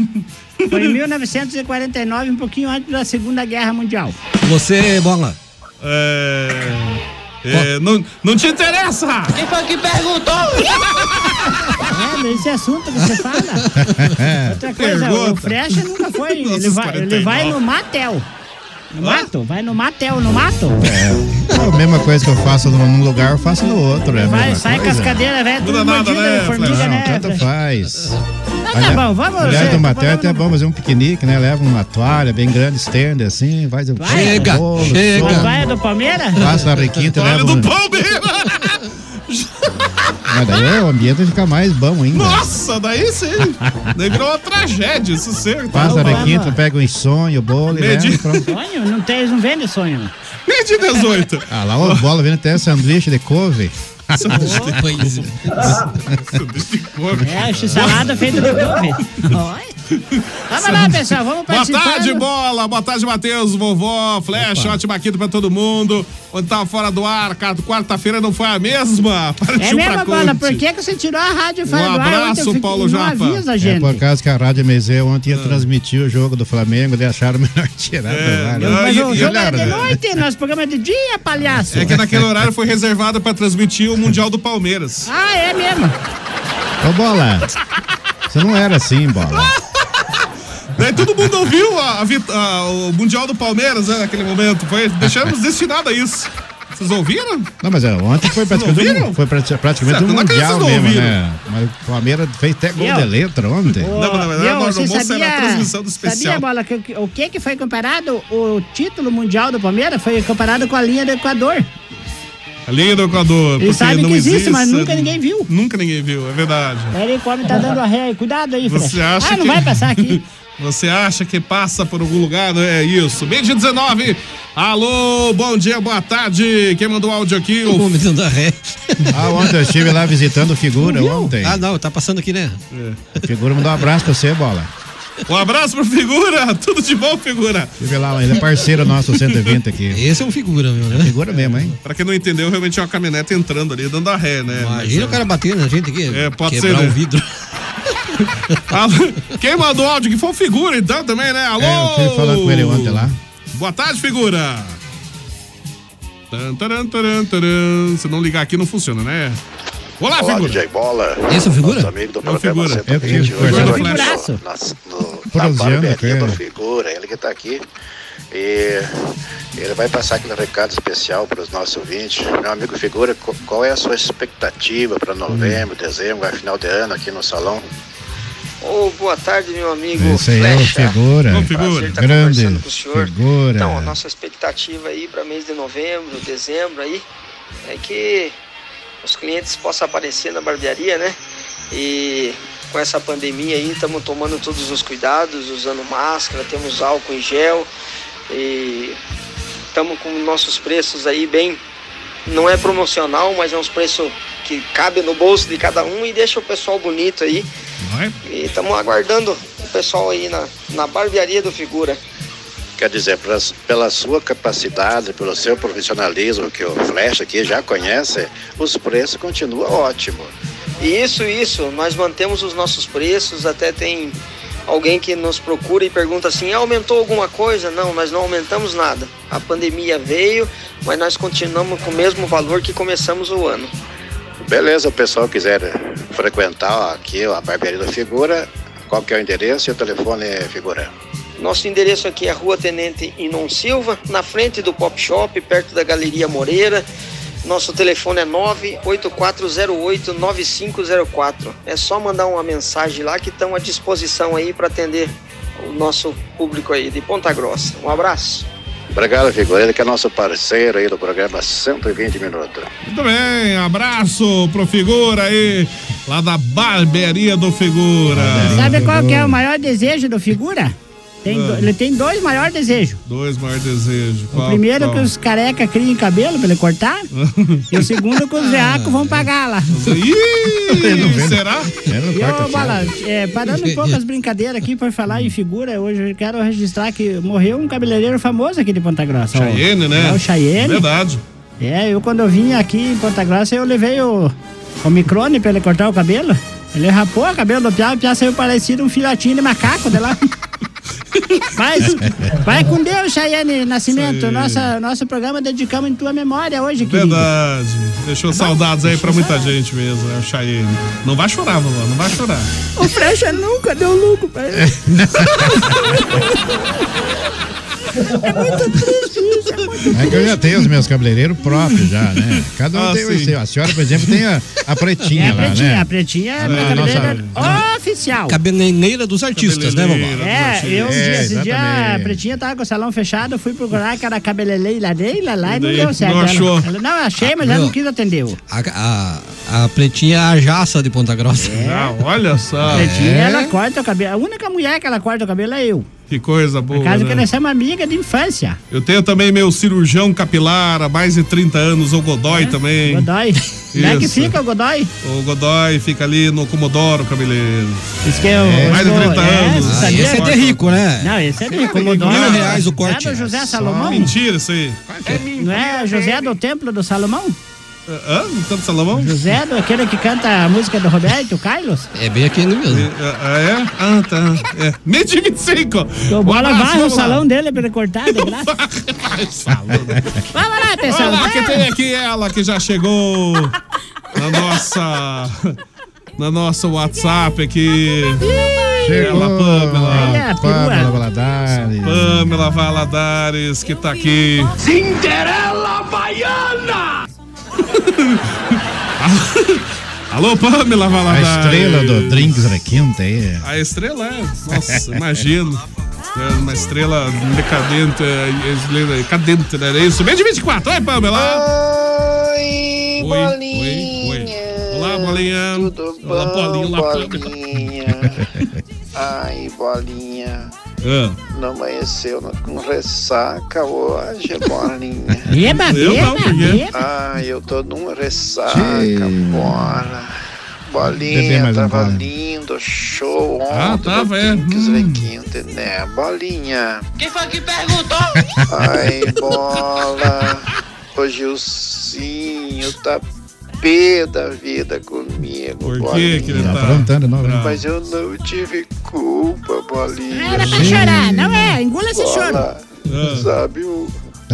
[SPEAKER 8] Foi em 1949, um pouquinho antes da Segunda Guerra Mundial.
[SPEAKER 4] Você, Bola.
[SPEAKER 2] É. é, não, não te interessa!
[SPEAKER 8] Quem foi que perguntou? É, mas esse assunto que você fala.
[SPEAKER 7] É.
[SPEAKER 8] Outra coisa, o
[SPEAKER 2] Pergunta.
[SPEAKER 8] Frecha nunca
[SPEAKER 7] (laughs)
[SPEAKER 8] foi. Ele
[SPEAKER 2] Nossos
[SPEAKER 8] vai, ele vai
[SPEAKER 7] 49.
[SPEAKER 8] no Matel. No mato? Vai no Matel, no mato?
[SPEAKER 7] É, a mesma coisa que eu faço num- num lugar, eu faço no outro. É a
[SPEAKER 8] Vai,
[SPEAKER 7] mesma
[SPEAKER 8] sai com
[SPEAKER 7] coisa.
[SPEAKER 8] as cadeiras, velho. Tudo mordida, formiga,
[SPEAKER 7] Não,
[SPEAKER 8] né?
[SPEAKER 7] tanto faz.
[SPEAKER 8] tá bom, vamos,
[SPEAKER 7] Mulher
[SPEAKER 8] Zé,
[SPEAKER 7] do Maté é até bom fazer um piquenique, né? Leva uma toalha bem grande, estende assim, vai um
[SPEAKER 8] Vai. Chega,
[SPEAKER 7] bolo,
[SPEAKER 8] chega.
[SPEAKER 7] sopa.
[SPEAKER 8] Vai é do Palmeiras?
[SPEAKER 7] Passa a requinta, leva um...
[SPEAKER 2] Palmeiras!
[SPEAKER 7] Mas daí o ambiente fica mais bom ainda.
[SPEAKER 2] Nossa, daí sim! Daí virou uma tragédia, isso certo.
[SPEAKER 7] Passa a requinta, pega um sonho, bolo e leva
[SPEAKER 8] né?
[SPEAKER 2] Medi-
[SPEAKER 7] e pronto.
[SPEAKER 8] Sonho? Não tem, não vende sonho. né?
[SPEAKER 2] Medi 18.
[SPEAKER 7] Ah, lá o bola vendo até sanduíche de couve.
[SPEAKER 2] Sanduíche de
[SPEAKER 4] couve.
[SPEAKER 8] É, x-salada feita de couve. Vamos lá, pessoal, vamos
[SPEAKER 2] Boa
[SPEAKER 8] né? participando.
[SPEAKER 2] tarde, bola. Boa tarde, Matheus, vovó, Flash, ótima quinta pra todo mundo. Onde tava fora do ar, cara, quarta-feira não foi a mesma. (laughs)
[SPEAKER 8] É
[SPEAKER 2] Partiu
[SPEAKER 8] mesmo,
[SPEAKER 2] pra
[SPEAKER 8] Bola,
[SPEAKER 2] Conte.
[SPEAKER 8] por que, que você tirou a rádio e
[SPEAKER 2] Um
[SPEAKER 8] falou
[SPEAKER 2] abraço, Paulo
[SPEAKER 8] não
[SPEAKER 2] Japa. Ah.
[SPEAKER 8] avisa, gente.
[SPEAKER 7] É por causa que a Rádio Meseu ontem ia transmitir o jogo do Flamengo, eles acharam (laughs) melhor
[SPEAKER 2] É,
[SPEAKER 7] tirar do ar. né?
[SPEAKER 8] Mas o
[SPEAKER 7] E
[SPEAKER 8] jogo era
[SPEAKER 7] olharam,
[SPEAKER 8] de
[SPEAKER 7] né?
[SPEAKER 8] noite, nosso programa é de dia, palhaço.
[SPEAKER 2] É que naquele horário foi reservado pra transmitir o Mundial do Palmeiras.
[SPEAKER 8] Ah, é mesmo.
[SPEAKER 7] Ô, Bola, você não era assim, Bola.
[SPEAKER 2] (laughs) Daí todo mundo ouviu a- a vit- a- o Mundial do Palmeiras né, naquele momento. Foi, deixamos destinado a isso. Vocês ouviram?
[SPEAKER 7] Não, mas é, ontem foi praticamente,
[SPEAKER 2] Não viram?
[SPEAKER 7] um, foi prati- praticamente
[SPEAKER 2] Certo,
[SPEAKER 7] um
[SPEAKER 2] não é que vocês
[SPEAKER 7] mundial
[SPEAKER 2] não
[SPEAKER 7] mesmo,
[SPEAKER 2] ouviram.
[SPEAKER 7] né? Mas o Palmeiras fez até gol
[SPEAKER 8] Eu?
[SPEAKER 7] de letra ontem.
[SPEAKER 8] Ô, meu, você
[SPEAKER 2] é
[SPEAKER 8] sabia, sabia, Bola, que- que- o que que foi comparado? O título mundial do Palmeiras foi comparado com a linha do Equador.
[SPEAKER 2] A linha do Equador.
[SPEAKER 8] Eles
[SPEAKER 2] porque
[SPEAKER 8] sabem
[SPEAKER 2] não
[SPEAKER 8] que existe, mas nunca ninguém viu.
[SPEAKER 2] Nunca ninguém viu, é verdade.
[SPEAKER 8] Ele come, tá dando a ré aí. Cuidado aí,
[SPEAKER 2] Você
[SPEAKER 8] Fred.
[SPEAKER 2] acha
[SPEAKER 8] Ah, não
[SPEAKER 2] que...
[SPEAKER 8] vai passar aqui.
[SPEAKER 2] Você acha que passa por algum lugar? Não É isso. Meio de 19. Alô, bom dia, boa tarde. Quem mandou áudio aqui? O
[SPEAKER 4] homem da ré.
[SPEAKER 7] Ah, ontem eu estive lá visitando o Figura ontem.
[SPEAKER 4] Ah, não, tá passando aqui, né?
[SPEAKER 7] O Figura mandou um abraço pra você, Bola.
[SPEAKER 2] Um abraço pro Figura. Tudo de bom, Figura.
[SPEAKER 7] Estive lá, ele é parceiro nosso, o 120 aqui.
[SPEAKER 4] Esse é um figura, meu, né?
[SPEAKER 7] Figura mesmo, hein?
[SPEAKER 2] Pra quem não entendeu, realmente é uma caminhonete entrando ali, dando a ré, né?
[SPEAKER 4] Imagina o cara batendo na gente aqui.
[SPEAKER 2] É, pode
[SPEAKER 4] quebrar
[SPEAKER 2] ser, né?
[SPEAKER 4] o vidro.
[SPEAKER 2] (laughs) Alô, Quem mandou áudio que foi o Figura, então, também, né? Alô?
[SPEAKER 7] É, eu tive falar com ele ontem lá.
[SPEAKER 2] Boa tarde, Figura. Tan, taran, taran, taran. Se não ligar aqui, não funciona, né? Olá,
[SPEAKER 12] Olá,
[SPEAKER 2] Figura.
[SPEAKER 12] DJ Bola.
[SPEAKER 2] Esse é o Figura?
[SPEAKER 12] Nosso amigo do
[SPEAKER 2] É o
[SPEAKER 12] programa
[SPEAKER 2] Figura.
[SPEAKER 12] 120.
[SPEAKER 2] É o Figura.
[SPEAKER 12] Hoje
[SPEAKER 2] Figura
[SPEAKER 12] eu
[SPEAKER 2] do
[SPEAKER 12] aqui
[SPEAKER 2] Flash.
[SPEAKER 12] no- nas- no- na
[SPEAKER 7] Produzindo,
[SPEAKER 12] barbearia
[SPEAKER 7] cara.
[SPEAKER 12] do é Figura. Ele que tá aqui. E ele vai passar aquele recado especial para os nossos ouvintes. Meu amigo Figura, co- qual é a sua expectativa para novembro,
[SPEAKER 2] Hum.
[SPEAKER 12] dezembro, vai final de ano aqui no salão?
[SPEAKER 13] Ô, boa tarde, meu amigo.
[SPEAKER 7] Esse aí é o
[SPEAKER 13] Flecha.
[SPEAKER 7] Figura.
[SPEAKER 13] Prazer estar
[SPEAKER 7] Grande
[SPEAKER 13] conversando com o senhor.
[SPEAKER 7] Figura.
[SPEAKER 13] Então, a nossa expectativa aí para mês de novembro, dezembro aí, é que os clientes possam aparecer na barbearia, né? E com essa pandemia aí, estamos tomando todos os cuidados, usando máscara, temos álcool em gel e estamos com nossos preços aí bem. Não é promocional, mas é uns preços que cabe no bolso de cada um e deixa o pessoal bonito aí. E estamos aguardando o pessoal aí na, na barbearia do Figura.
[SPEAKER 12] Quer dizer, pelas- pela sua capacidade, pelo seu profissionalismo, que o Flecha aqui já conhece, os preços continuam ótimos.
[SPEAKER 13] Isso, isso. Nós mantemos os nossos preços. Até tem alguém que nos procura e pergunta assim: aumentou alguma coisa? Não, nós não aumentamos nada. A pandemia veio, mas nós continuamos com o mesmo valor que começamos o ano.
[SPEAKER 12] Beleza, o pessoal quiser frequentar aqui a Barbearia da Figura, qual que é o endereço e o telefone é Figura?
[SPEAKER 13] Nosso endereço aqui é Rua Tenente Inon Silva, na frente do Pop Shop, perto da Galeria Moreira. Nosso telefone é 98408-9504. É só mandar uma mensagem lá que estão à disposição aí para atender o nosso público aí de Ponta Grossa. Um abraço.
[SPEAKER 12] Obrigado, Figura, ele que é nosso parceiro aí do programa 120 Minutos.
[SPEAKER 2] Muito bem, abraço pro Figura aí, lá da Barbearia do Figura.
[SPEAKER 8] Sabe qual que é o maior desejo do Figura? Tem do-
[SPEAKER 2] Ah.
[SPEAKER 8] ele tem dois maiores desejos.
[SPEAKER 2] Dois maiores desejos.
[SPEAKER 8] O primeiro é que os careca criem cabelo pra ele
[SPEAKER 2] (laughs)
[SPEAKER 8] cortar. e o segundo é que os veacos vão pagar lá. (laughs)
[SPEAKER 2] Ih, será?
[SPEAKER 8] E ô, Bala, é, parando um pouco as brincadeiras aqui por falar em figura, hoje eu quero registrar que morreu um cabeleireiro famoso aqui de Ponta Grossa. ó.
[SPEAKER 2] Cheyenne, né?
[SPEAKER 8] É o Cheyenne.
[SPEAKER 2] Verdade.
[SPEAKER 8] É, eu quando eu vim aqui em Ponta Grossa, eu levei o, o microne pra ele cortar o cabelo. Ele rapou o cabelo do Piá, o Piá saiu parecido um filhotinho de macaco de
[SPEAKER 2] (laughs)
[SPEAKER 8] lá. Mas, vai com Deus, Cheyenne Nascimento. Nossa, nosso programa dedicamos em tua memória hoje, querido.
[SPEAKER 2] É Verdade. Deixou saudades aí pra muita gente mesmo, né? O Cheyenne. Não vai chorar, Vovó, não vai chorar.
[SPEAKER 14] O Frecha nunca deu lucro pra ele. É muito triste isso, é muito
[SPEAKER 7] É que eu já tenho os meus cabeleireiros próprios já, né? Cada um
[SPEAKER 8] Ah,
[SPEAKER 7] tem o
[SPEAKER 8] sim.
[SPEAKER 7] seu. A senhora, por exemplo, tem a, a pretinha
[SPEAKER 8] É a
[SPEAKER 7] lá,
[SPEAKER 8] pretinha,
[SPEAKER 7] né?
[SPEAKER 8] a pretinha é a minha
[SPEAKER 7] É,
[SPEAKER 8] cabeleireira
[SPEAKER 7] nossa-
[SPEAKER 8] oficial.
[SPEAKER 4] Cabeleireira dos artistas, né, vovó?
[SPEAKER 8] É, eu
[SPEAKER 4] É,
[SPEAKER 8] dia, esse dia a
[SPEAKER 4] exatamente.
[SPEAKER 8] pretinha tava com o salão fechado, eu fui procurar que era cabeleleira dela lá e
[SPEAKER 4] E
[SPEAKER 8] não
[SPEAKER 4] daí?
[SPEAKER 8] deu certo.
[SPEAKER 4] Não
[SPEAKER 8] ela-
[SPEAKER 4] achou.
[SPEAKER 8] ela- não, achei, mas ela não
[SPEAKER 4] Não.
[SPEAKER 8] quis atender. o-
[SPEAKER 4] A, a, a pretinha é a jaça de Ponta Grossa.
[SPEAKER 2] Ah, olha só.
[SPEAKER 8] A É. pretinha,
[SPEAKER 4] É.
[SPEAKER 8] ela corta o cabelo. A única mulher que ela corta o cabelo é eu.
[SPEAKER 2] Que coisa boa.
[SPEAKER 8] Por causa que
[SPEAKER 2] né?
[SPEAKER 8] nós somos amigas de infância.
[SPEAKER 2] Eu tenho também meu cirurgião capilar há mais de 30 anos, o Godoy também.
[SPEAKER 8] É? Godoy. Como é que
[SPEAKER 2] Isso.
[SPEAKER 8] fica o Godoy?
[SPEAKER 2] O Godoy fica ali no Comodoro, cabeleiro.
[SPEAKER 8] Isso que é o. É,
[SPEAKER 2] Mais de 30 anos.
[SPEAKER 8] você
[SPEAKER 2] né?
[SPEAKER 8] sabia? Não, esse é de rico.
[SPEAKER 2] Mil
[SPEAKER 8] Godoy.
[SPEAKER 2] reais o
[SPEAKER 8] É
[SPEAKER 2] corte.
[SPEAKER 8] do José Salomão?
[SPEAKER 2] Mentira isso aí.
[SPEAKER 8] Não é José do Templo do Salomão?
[SPEAKER 2] Hã? tá Do Templo do Salomão?
[SPEAKER 8] José do aquele que canta a música do Roberto Carlos?
[SPEAKER 2] É bem aqui no mesmo. É? Ah, tá. É. Meio de 25.
[SPEAKER 8] O
[SPEAKER 2] Um
[SPEAKER 8] bola
[SPEAKER 2] abraço,
[SPEAKER 8] varre o
[SPEAKER 2] vamos lá.
[SPEAKER 8] salão dele pra ele
[SPEAKER 2] (laughs)
[SPEAKER 8] cortar de graça. (laughs) Vai lá, pessoal.
[SPEAKER 2] Olha lá que
[SPEAKER 8] vai.
[SPEAKER 2] tem aqui ela que já chegou na nossa. Na nossa WhatsApp aqui.
[SPEAKER 7] Chegou.
[SPEAKER 2] Ela,
[SPEAKER 8] é
[SPEAKER 2] Pamela.
[SPEAKER 7] Pamela Ah, Valadares.
[SPEAKER 2] Pamela Valadares, que tá aqui.
[SPEAKER 1] Cinderela Baiana!
[SPEAKER 2] Alô, Pamela
[SPEAKER 7] A
[SPEAKER 2] Valadares.
[SPEAKER 7] estrela do Drinks
[SPEAKER 2] né?
[SPEAKER 7] na quinta aí.
[SPEAKER 2] A estrela é. Nossa, imagino. É uma estrela decadente, é, estrela cadente, né? É isso. Bem de 24. Oi, Pamela. Oi, bolinha. Oi, oi. Olá, bolinha. Tudo Olá, bolinha. Olá,
[SPEAKER 7] (laughs)
[SPEAKER 15] Ai, bolinha.
[SPEAKER 2] Ah.
[SPEAKER 15] Não amanheceu não- com ressaca hoje, bolinha.
[SPEAKER 8] Beba, Eu não, beba, por quê? beba.
[SPEAKER 15] Ai, eu tô numa ressaca, bora.
[SPEAKER 7] Beber
[SPEAKER 15] Bolinha,
[SPEAKER 7] mais um
[SPEAKER 15] tava
[SPEAKER 7] gole.
[SPEAKER 15] lindo, show ontem.
[SPEAKER 7] Ah, tava, é.
[SPEAKER 15] Quis ver quinta, né? Bolinha.
[SPEAKER 6] Quem foi que perguntou?
[SPEAKER 15] Ai, bola. O Gilzinho tá pé da vida comigo,
[SPEAKER 2] Por que que ele
[SPEAKER 7] Tá
[SPEAKER 2] tá?
[SPEAKER 7] aprontando, não. né?
[SPEAKER 15] Mas eu não tive culpa, bolinha.
[SPEAKER 8] Era pra chorar, não é? Engula esse choro.
[SPEAKER 15] Bola,
[SPEAKER 2] Ah.
[SPEAKER 15] Sabe o,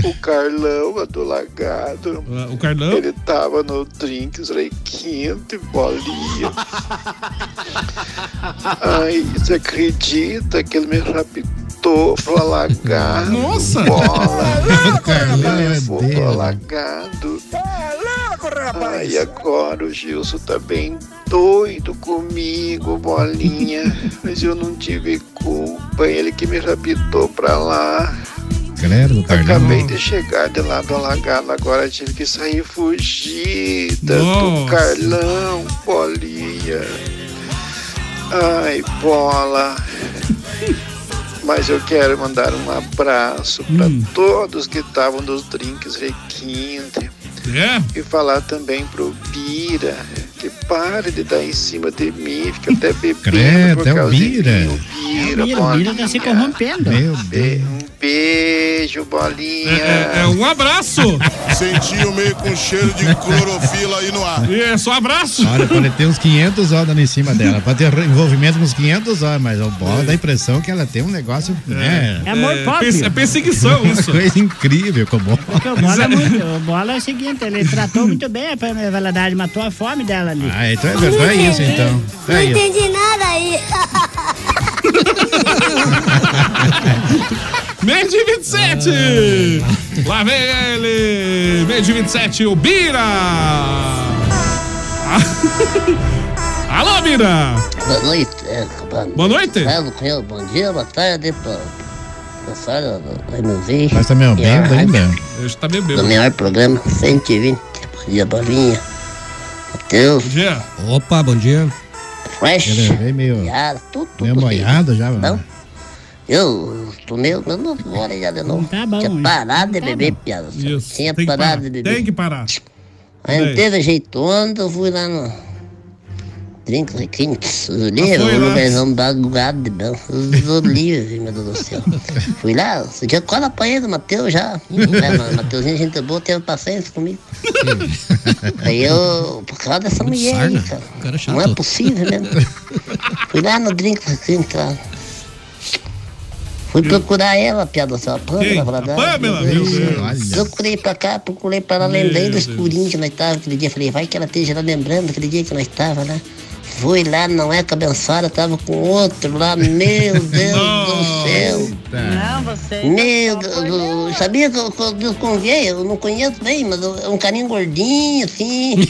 [SPEAKER 15] o Carlão, a do lagado.
[SPEAKER 2] O Ah, Carlão?
[SPEAKER 15] Ele tava no Drinks Rei Quinto e bolinha. Ai, você acredita que ele me raptou pro alagado?
[SPEAKER 2] Nossa!
[SPEAKER 15] Bola!
[SPEAKER 7] Carlão é
[SPEAKER 15] Levou
[SPEAKER 7] dele.
[SPEAKER 15] pro alagado. Ai, agora o Gilson tá bem doido comigo, bolinha. Mas eu não tive culpa, ele que me raptou pra lá.
[SPEAKER 7] Galera do Carlão.
[SPEAKER 15] Acabei de chegar de lá do alagado, agora tive que sair fugida do
[SPEAKER 7] Nossa.
[SPEAKER 15] Carlão, bolinha. Ai, bola. Mas eu quero mandar um abraço para
[SPEAKER 12] Hum.
[SPEAKER 15] todos que estavam nos drinks Requinte. E falar também pro Bira que pare de dar em cima de mim, fica até bebendo
[SPEAKER 7] Credo,
[SPEAKER 15] por
[SPEAKER 7] é o
[SPEAKER 15] causa de
[SPEAKER 7] Bira.
[SPEAKER 15] mim, o Bira,
[SPEAKER 8] Mira, Mira tá se corrompendo.
[SPEAKER 7] Meu Deus.
[SPEAKER 15] Beijo, bolinha.
[SPEAKER 2] É, é um
[SPEAKER 3] (laughs)
[SPEAKER 2] abraço.
[SPEAKER 3] Sentiu meio com cheiro de clorofila aí no ar.
[SPEAKER 2] É, só abraço.
[SPEAKER 7] Olha, pode ter uns 500 horas em cima dela. Pode ter envolvimento com uns 500 horas, mas o bola dá a impressão que ela tem um negócio. né?
[SPEAKER 8] É amor É, próprio. perse- é
[SPEAKER 2] perseguição isso.
[SPEAKER 7] Coisa incrível, como.
[SPEAKER 8] Porque o bola, é muito, o bola é o seguinte, ele tratou muito bem a Pamela Valadares, matou a fome dela ali.
[SPEAKER 7] Ah, então é verdade é isso, então.
[SPEAKER 14] Não
[SPEAKER 7] É isso.
[SPEAKER 14] entendi nada aí.
[SPEAKER 2] Meio de 27! Lá vem ele! Meio de 27, o Bira! Ah. (laughs) Alô, Bira!
[SPEAKER 16] Boa noite, Érico.
[SPEAKER 2] Boa noite.
[SPEAKER 16] Marcelo, bom dia, boa tarde, pô. Professor, vai me ouvir?
[SPEAKER 7] Nós estamos bebendo ainda.
[SPEAKER 2] Hoje tá bebendo.
[SPEAKER 16] Do
[SPEAKER 17] é
[SPEAKER 16] melhor programa, 120. Bom dia, bolinha. Matheus. Bom
[SPEAKER 2] dia.
[SPEAKER 4] Opa, bom dia.
[SPEAKER 16] Fresh.
[SPEAKER 7] Eu levei meio-
[SPEAKER 16] Piada, tudo,
[SPEAKER 7] Meio
[SPEAKER 16] tudo.
[SPEAKER 7] boiada já,
[SPEAKER 16] Não? Eu tomei o meu novo agora já de novo.
[SPEAKER 8] Tá bom.
[SPEAKER 16] Tinha parado de beber, piada.
[SPEAKER 2] Isso.
[SPEAKER 16] Tinha
[SPEAKER 2] Tem que
[SPEAKER 16] parado de
[SPEAKER 2] parar.
[SPEAKER 16] beber.
[SPEAKER 2] Tem que parar.
[SPEAKER 16] Aí não
[SPEAKER 2] Bem.
[SPEAKER 16] teve jeito, ontem eu fui lá no. Drink Requintes, os
[SPEAKER 2] Ah,
[SPEAKER 16] livros,
[SPEAKER 2] foi
[SPEAKER 16] um
[SPEAKER 2] lá.
[SPEAKER 16] lugarzão bagulhado de belo. Os livros, meu Deus do
[SPEAKER 2] (laughs)
[SPEAKER 16] céu. Fui lá, esse dia quase apanhei do Matheus já. Né, Matheusinho, gente boa, teve paciência
[SPEAKER 2] (laughs)
[SPEAKER 16] comigo. Aí eu, por causa dessa
[SPEAKER 4] Muito
[SPEAKER 16] mulher aí,
[SPEAKER 4] sarna.
[SPEAKER 16] cara.
[SPEAKER 4] O cara é chato.
[SPEAKER 16] Não é possível
[SPEAKER 4] (laughs)
[SPEAKER 16] mesmo. Fui lá no Drink Requintes lá. Fui procurar ela, piada do céu, a
[SPEAKER 2] Quem?
[SPEAKER 16] Pamela. Valadares.
[SPEAKER 2] A Pamela?
[SPEAKER 16] Meu Deus.
[SPEAKER 2] Meu Deus, olha.
[SPEAKER 16] Procurei pra cá, procurei pra lá,
[SPEAKER 2] Meu
[SPEAKER 16] lembrei dos
[SPEAKER 2] Deus.
[SPEAKER 16] Corinthians, nós tava aquele dia, falei, vai que ela esteja lá lembrando aquele dia que nós tava lá. Fui lá, não é cabeçada, tava com outro lá,
[SPEAKER 2] (laughs)
[SPEAKER 16] meu Deus do céu.
[SPEAKER 11] Não, tá você.
[SPEAKER 16] Meu Deus, sabia que eu, que eu desconfiei, eu não conheço bem, mas eu- é um carinho gordinho, assim.
[SPEAKER 2] (laughs)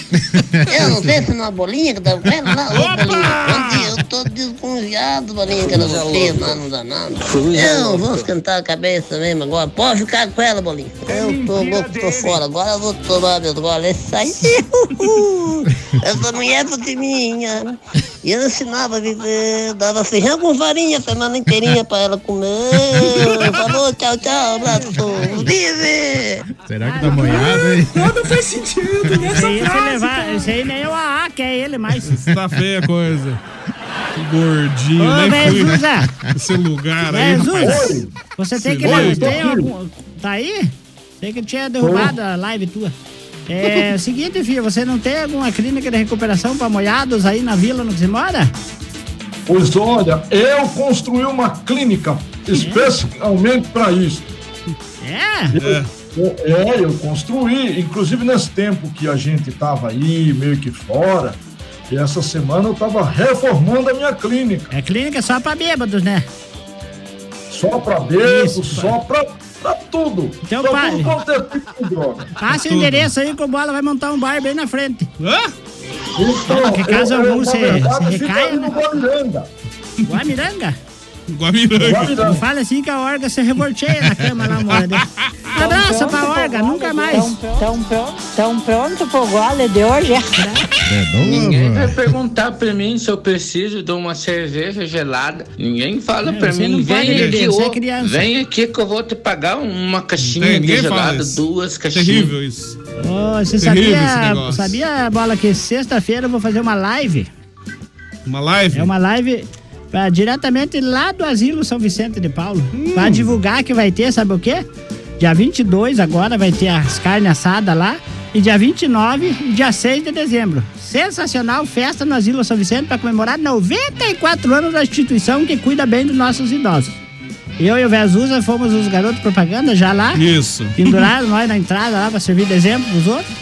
[SPEAKER 16] eu não sei se não é a bolinha que tava com ela lá. Ô, bolinha, eu tô desconfiado, bolinha, que era você, mano, não dá nada. Eu vou esquentar a cabeça mesmo agora. Pode ficar com ela, bolinha. Eu tô louco, tô fora. Agora eu vou tomar meus goles. Sai. Essa mulher é minha. E eu ensinava a viver. Dava assim, feijão com farinha a semana inteirinha pra ela comer. Falou, tchau, tchau, abraço. Vive!
[SPEAKER 7] Será que dá boiada, hein?
[SPEAKER 8] Não
[SPEAKER 7] (laughs)
[SPEAKER 8] faz sentido
[SPEAKER 7] nessa frase, cara.
[SPEAKER 8] Esse aí nem é o AA, que é ele mais.
[SPEAKER 2] Tá feia a coisa. Que gordinho,
[SPEAKER 8] Ô,
[SPEAKER 2] nem fui
[SPEAKER 8] Bezuza.
[SPEAKER 2] Esse lugar aí, rapaz.
[SPEAKER 8] Jesus, você tem que...
[SPEAKER 2] Oi,
[SPEAKER 8] Oi,
[SPEAKER 2] eu tô
[SPEAKER 8] tem
[SPEAKER 2] aqui.
[SPEAKER 8] algum, tá aí? Sei que tinha derrubado a live tua.
[SPEAKER 7] (laughs)
[SPEAKER 8] É o seguinte, filho, você não tem alguma clínica de recuperação pra molhados aí na vila onde você mora?
[SPEAKER 9] Pois olha, eu construí uma clínica especialmente para isso.
[SPEAKER 8] É?
[SPEAKER 9] Eu, é, eu construí. Inclusive, nesse tempo que a gente estava aí, meio que fora, e essa semana eu estava reformando a minha clínica.
[SPEAKER 8] É clínica só para bêbados, né?
[SPEAKER 9] Só para bêbados,
[SPEAKER 8] Isso,
[SPEAKER 9] só para tudo.
[SPEAKER 8] Então,
[SPEAKER 9] pra
[SPEAKER 8] pai.
[SPEAKER 9] tudo quanto é tipo de droga.
[SPEAKER 8] Passa o endereço aí que o Bola vai montar um bar bem na frente.
[SPEAKER 2] Hã?
[SPEAKER 9] Então,
[SPEAKER 8] que caso
[SPEAKER 9] eu- eu,
[SPEAKER 8] algum
[SPEAKER 9] na
[SPEAKER 8] você
[SPEAKER 9] verdade,
[SPEAKER 8] você
[SPEAKER 9] fica
[SPEAKER 8] recaia,
[SPEAKER 9] ali no
[SPEAKER 8] né?
[SPEAKER 9] Guamiranga.
[SPEAKER 8] Guamiranga?
[SPEAKER 2] Guamiranga.
[SPEAKER 8] Não fala assim que a Orga se revolteia na cama
[SPEAKER 2] (laughs)
[SPEAKER 8] lá, mora dele. Abraço pra Orga,
[SPEAKER 9] Então,
[SPEAKER 8] nunca mais.
[SPEAKER 18] Tão pronto, tão pronto pro gole de hoje?
[SPEAKER 17] Ninguém vai perguntar pra mim se eu preciso de uma cerveja gelada. Ninguém fala
[SPEAKER 8] É,
[SPEAKER 17] pra
[SPEAKER 8] você
[SPEAKER 17] mim,
[SPEAKER 8] não pode
[SPEAKER 17] vem
[SPEAKER 8] beber,
[SPEAKER 17] aqui,
[SPEAKER 8] você é
[SPEAKER 17] ô,
[SPEAKER 8] criança."
[SPEAKER 17] vem aqui que eu vou te pagar uma caixinha de
[SPEAKER 2] Ninguém fala
[SPEAKER 17] gelada,
[SPEAKER 2] isso. É
[SPEAKER 17] duas caixinhas.
[SPEAKER 2] Terrível isso.
[SPEAKER 8] Ô, você
[SPEAKER 2] Terrível esse
[SPEAKER 8] sabia,
[SPEAKER 2] negócio.
[SPEAKER 8] sabia, Bola, que sexta-feira eu vou fazer uma live?
[SPEAKER 2] Uma live?
[SPEAKER 8] É uma live pra- diretamente lá do Asilo São Vicente de Paulo.
[SPEAKER 2] Hum.
[SPEAKER 8] Pra divulgar que vai ter, sabe o quê? Dia 22 agora vai ter as carnes assadas lá. E dia 29 e dia 6 de dezembro. Sensacional festa no Asilo São Vicente para comemorar 94 anos da instituição que cuida bem dos nossos idosos. Eu e o Vezusa fomos os garotos propaganda já lá.
[SPEAKER 2] Isso.
[SPEAKER 8] Penduraram nós na entrada lá pra servir de exemplo pros outros.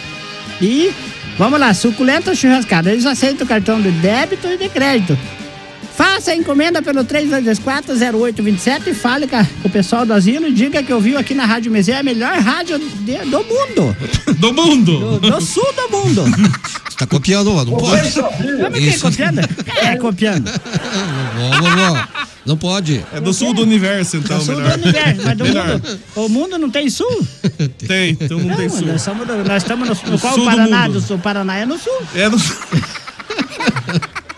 [SPEAKER 8] E vamos lá, suculenta ou churrascada. Eles aceitam cartão de débito e de crédito. Faça a encomenda pelo 3224-0827 e fale com a- com o pessoal do asilo e diga que ouviu aqui na Rádio Mizé a melhor rádio de- do mundo.
[SPEAKER 2] Do mundo.
[SPEAKER 8] Do, do sul do mundo.
[SPEAKER 4] Você (laughs) tá copiando, mano. Não pode.
[SPEAKER 8] Sabe quem é
[SPEAKER 4] Isso.
[SPEAKER 8] copiando? É copiando.
[SPEAKER 4] Vó, vovó, Não pode.
[SPEAKER 2] É do sul do universo, então,
[SPEAKER 8] Do sul
[SPEAKER 2] melhor.
[SPEAKER 8] do universo, mas do
[SPEAKER 2] Melhor.
[SPEAKER 8] mundo. O mundo não tem sul?
[SPEAKER 2] Tem, então não, tem sul.
[SPEAKER 8] Nós estamos, no- nós estamos no, no
[SPEAKER 2] O
[SPEAKER 8] qual
[SPEAKER 2] sul do
[SPEAKER 8] Paraná? é
[SPEAKER 2] mundo.
[SPEAKER 8] Do sul, Paraná é no sul.
[SPEAKER 2] É do...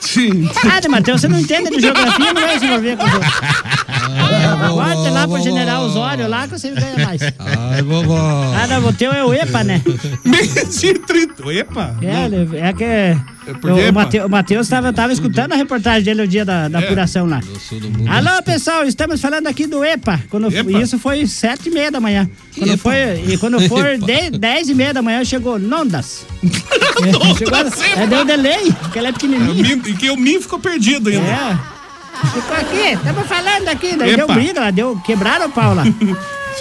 [SPEAKER 2] gente.
[SPEAKER 8] Nada, Matheus, você não entende de geografia, não vai se
[SPEAKER 2] (laughs)
[SPEAKER 8] envolver com isso.
[SPEAKER 2] Ah,
[SPEAKER 8] Bota lá pro general Osório lá que você ganha mais.
[SPEAKER 4] Ai, vovó.
[SPEAKER 8] Nada, o teu é o
[SPEAKER 2] (laughs)
[SPEAKER 8] EPA, né?
[SPEAKER 2] Meio trinta. Epa!
[SPEAKER 8] É, né, é que.
[SPEAKER 2] porque, epa.
[SPEAKER 8] o-
[SPEAKER 2] É.
[SPEAKER 8] o, Mate, o Matheus tava, tava escutando a reportagem dele o dia da, da apuração lá.
[SPEAKER 2] Uhum.
[SPEAKER 8] Alô, pessoal, estamos falando aqui do EPA. Quando, Isso foi sete e meia da manhã. Quando
[SPEAKER 1] Epa.
[SPEAKER 8] foi, e quando for
[SPEAKER 1] Epa.
[SPEAKER 8] de, dez e meia da manhã,
[SPEAKER 2] (laughs)
[SPEAKER 8] chegou Nondas. É, chegou, é, deu delay, porque ela é pequenininha.
[SPEAKER 2] E que o mim ficou perdido ainda.
[SPEAKER 8] É. Ficou aqui, estamos falando aqui. Daí deu
[SPEAKER 2] Epa.
[SPEAKER 8] briga, lá, deu, quebraram o pau lá.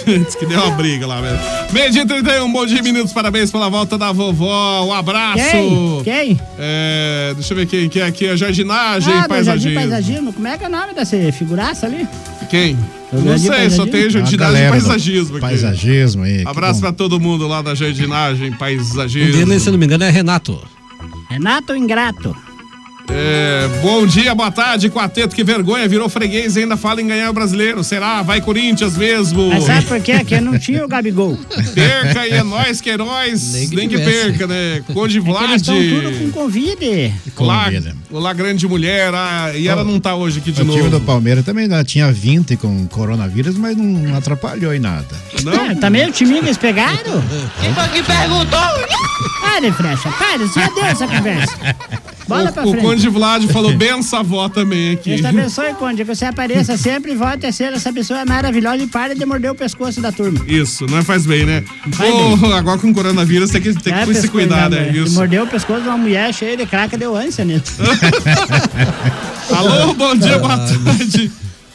[SPEAKER 2] Diz que deu uma briga lá mesmo. Meio dia e 31, bom dia, meninos. Parabéns pela volta da vovó. Um abraço.
[SPEAKER 8] Quem? Quem?
[SPEAKER 2] É, deixa eu ver quem que é aqui. A jardinagem
[SPEAKER 8] Ah,
[SPEAKER 2] e
[SPEAKER 8] do Jardim
[SPEAKER 2] paisagismo.
[SPEAKER 8] Paisagismo. Como é que é o nome dessa figuraça ali?
[SPEAKER 2] Quem?
[SPEAKER 8] Eu
[SPEAKER 2] não
[SPEAKER 8] já digo
[SPEAKER 2] sei, só
[SPEAKER 8] paisagismo.
[SPEAKER 2] tem
[SPEAKER 7] A
[SPEAKER 2] jardinagem e
[SPEAKER 7] galera do
[SPEAKER 2] paisagismo aqui.
[SPEAKER 7] Paisagismo aí. que
[SPEAKER 2] Abraço
[SPEAKER 7] bom.
[SPEAKER 2] pra todo mundo lá da jardinagem, paisagismo.
[SPEAKER 4] O dele, Um se não me engano, é Renato.
[SPEAKER 8] Renato Ingrato.
[SPEAKER 2] É, bom dia, boa tarde, quarteto. Que vergonha, virou freguês e ainda fala em ganhar o brasileiro. Será? Vai Corinthians mesmo.
[SPEAKER 8] Mas sabe por quê? Que não tinha o Gabigol.
[SPEAKER 2] Perca e é nós que é nós. Nem que,
[SPEAKER 8] tivesse.
[SPEAKER 2] perca, né? Conde
[SPEAKER 8] É que eles
[SPEAKER 2] Vlad.
[SPEAKER 8] estão tudo com convide.
[SPEAKER 2] Lá, lá grande mulher. ah, e ela não tá hoje aqui de
[SPEAKER 7] é o time
[SPEAKER 2] novo.
[SPEAKER 7] do Palmeiras também ainda tinha 20 com coronavírus, mas não atrapalhou em nada.
[SPEAKER 8] É, também o timinho que eles pegaram?
[SPEAKER 6] Quem foi que perguntou?
[SPEAKER 8] Para, Frecha, para, você já deu essa conversa. (laughs) Bola pra
[SPEAKER 2] o, o
[SPEAKER 8] frente. tá
[SPEAKER 2] Conde Vlad falou benção avó também aqui.
[SPEAKER 8] Deus te abençoe, Conde, que você apareça sempre e volte a ser essa pessoa maravilhosa e pare de morder o pescoço da turma.
[SPEAKER 2] Isso, não é faz bem, né?
[SPEAKER 8] Faz
[SPEAKER 2] Ô,
[SPEAKER 8] bem.
[SPEAKER 2] agora com coronavírus tem que, tem
[SPEAKER 8] É, Ah.
[SPEAKER 2] que se
[SPEAKER 8] pescoço
[SPEAKER 2] cuidar,
[SPEAKER 8] da
[SPEAKER 2] né?
[SPEAKER 8] mulher.
[SPEAKER 2] Isso.
[SPEAKER 8] Mordeu o pescoço de uma mulher cheia de craca, deu ânsia né? nisso. (laughs)
[SPEAKER 2] Alô, bom dia, boa tarde.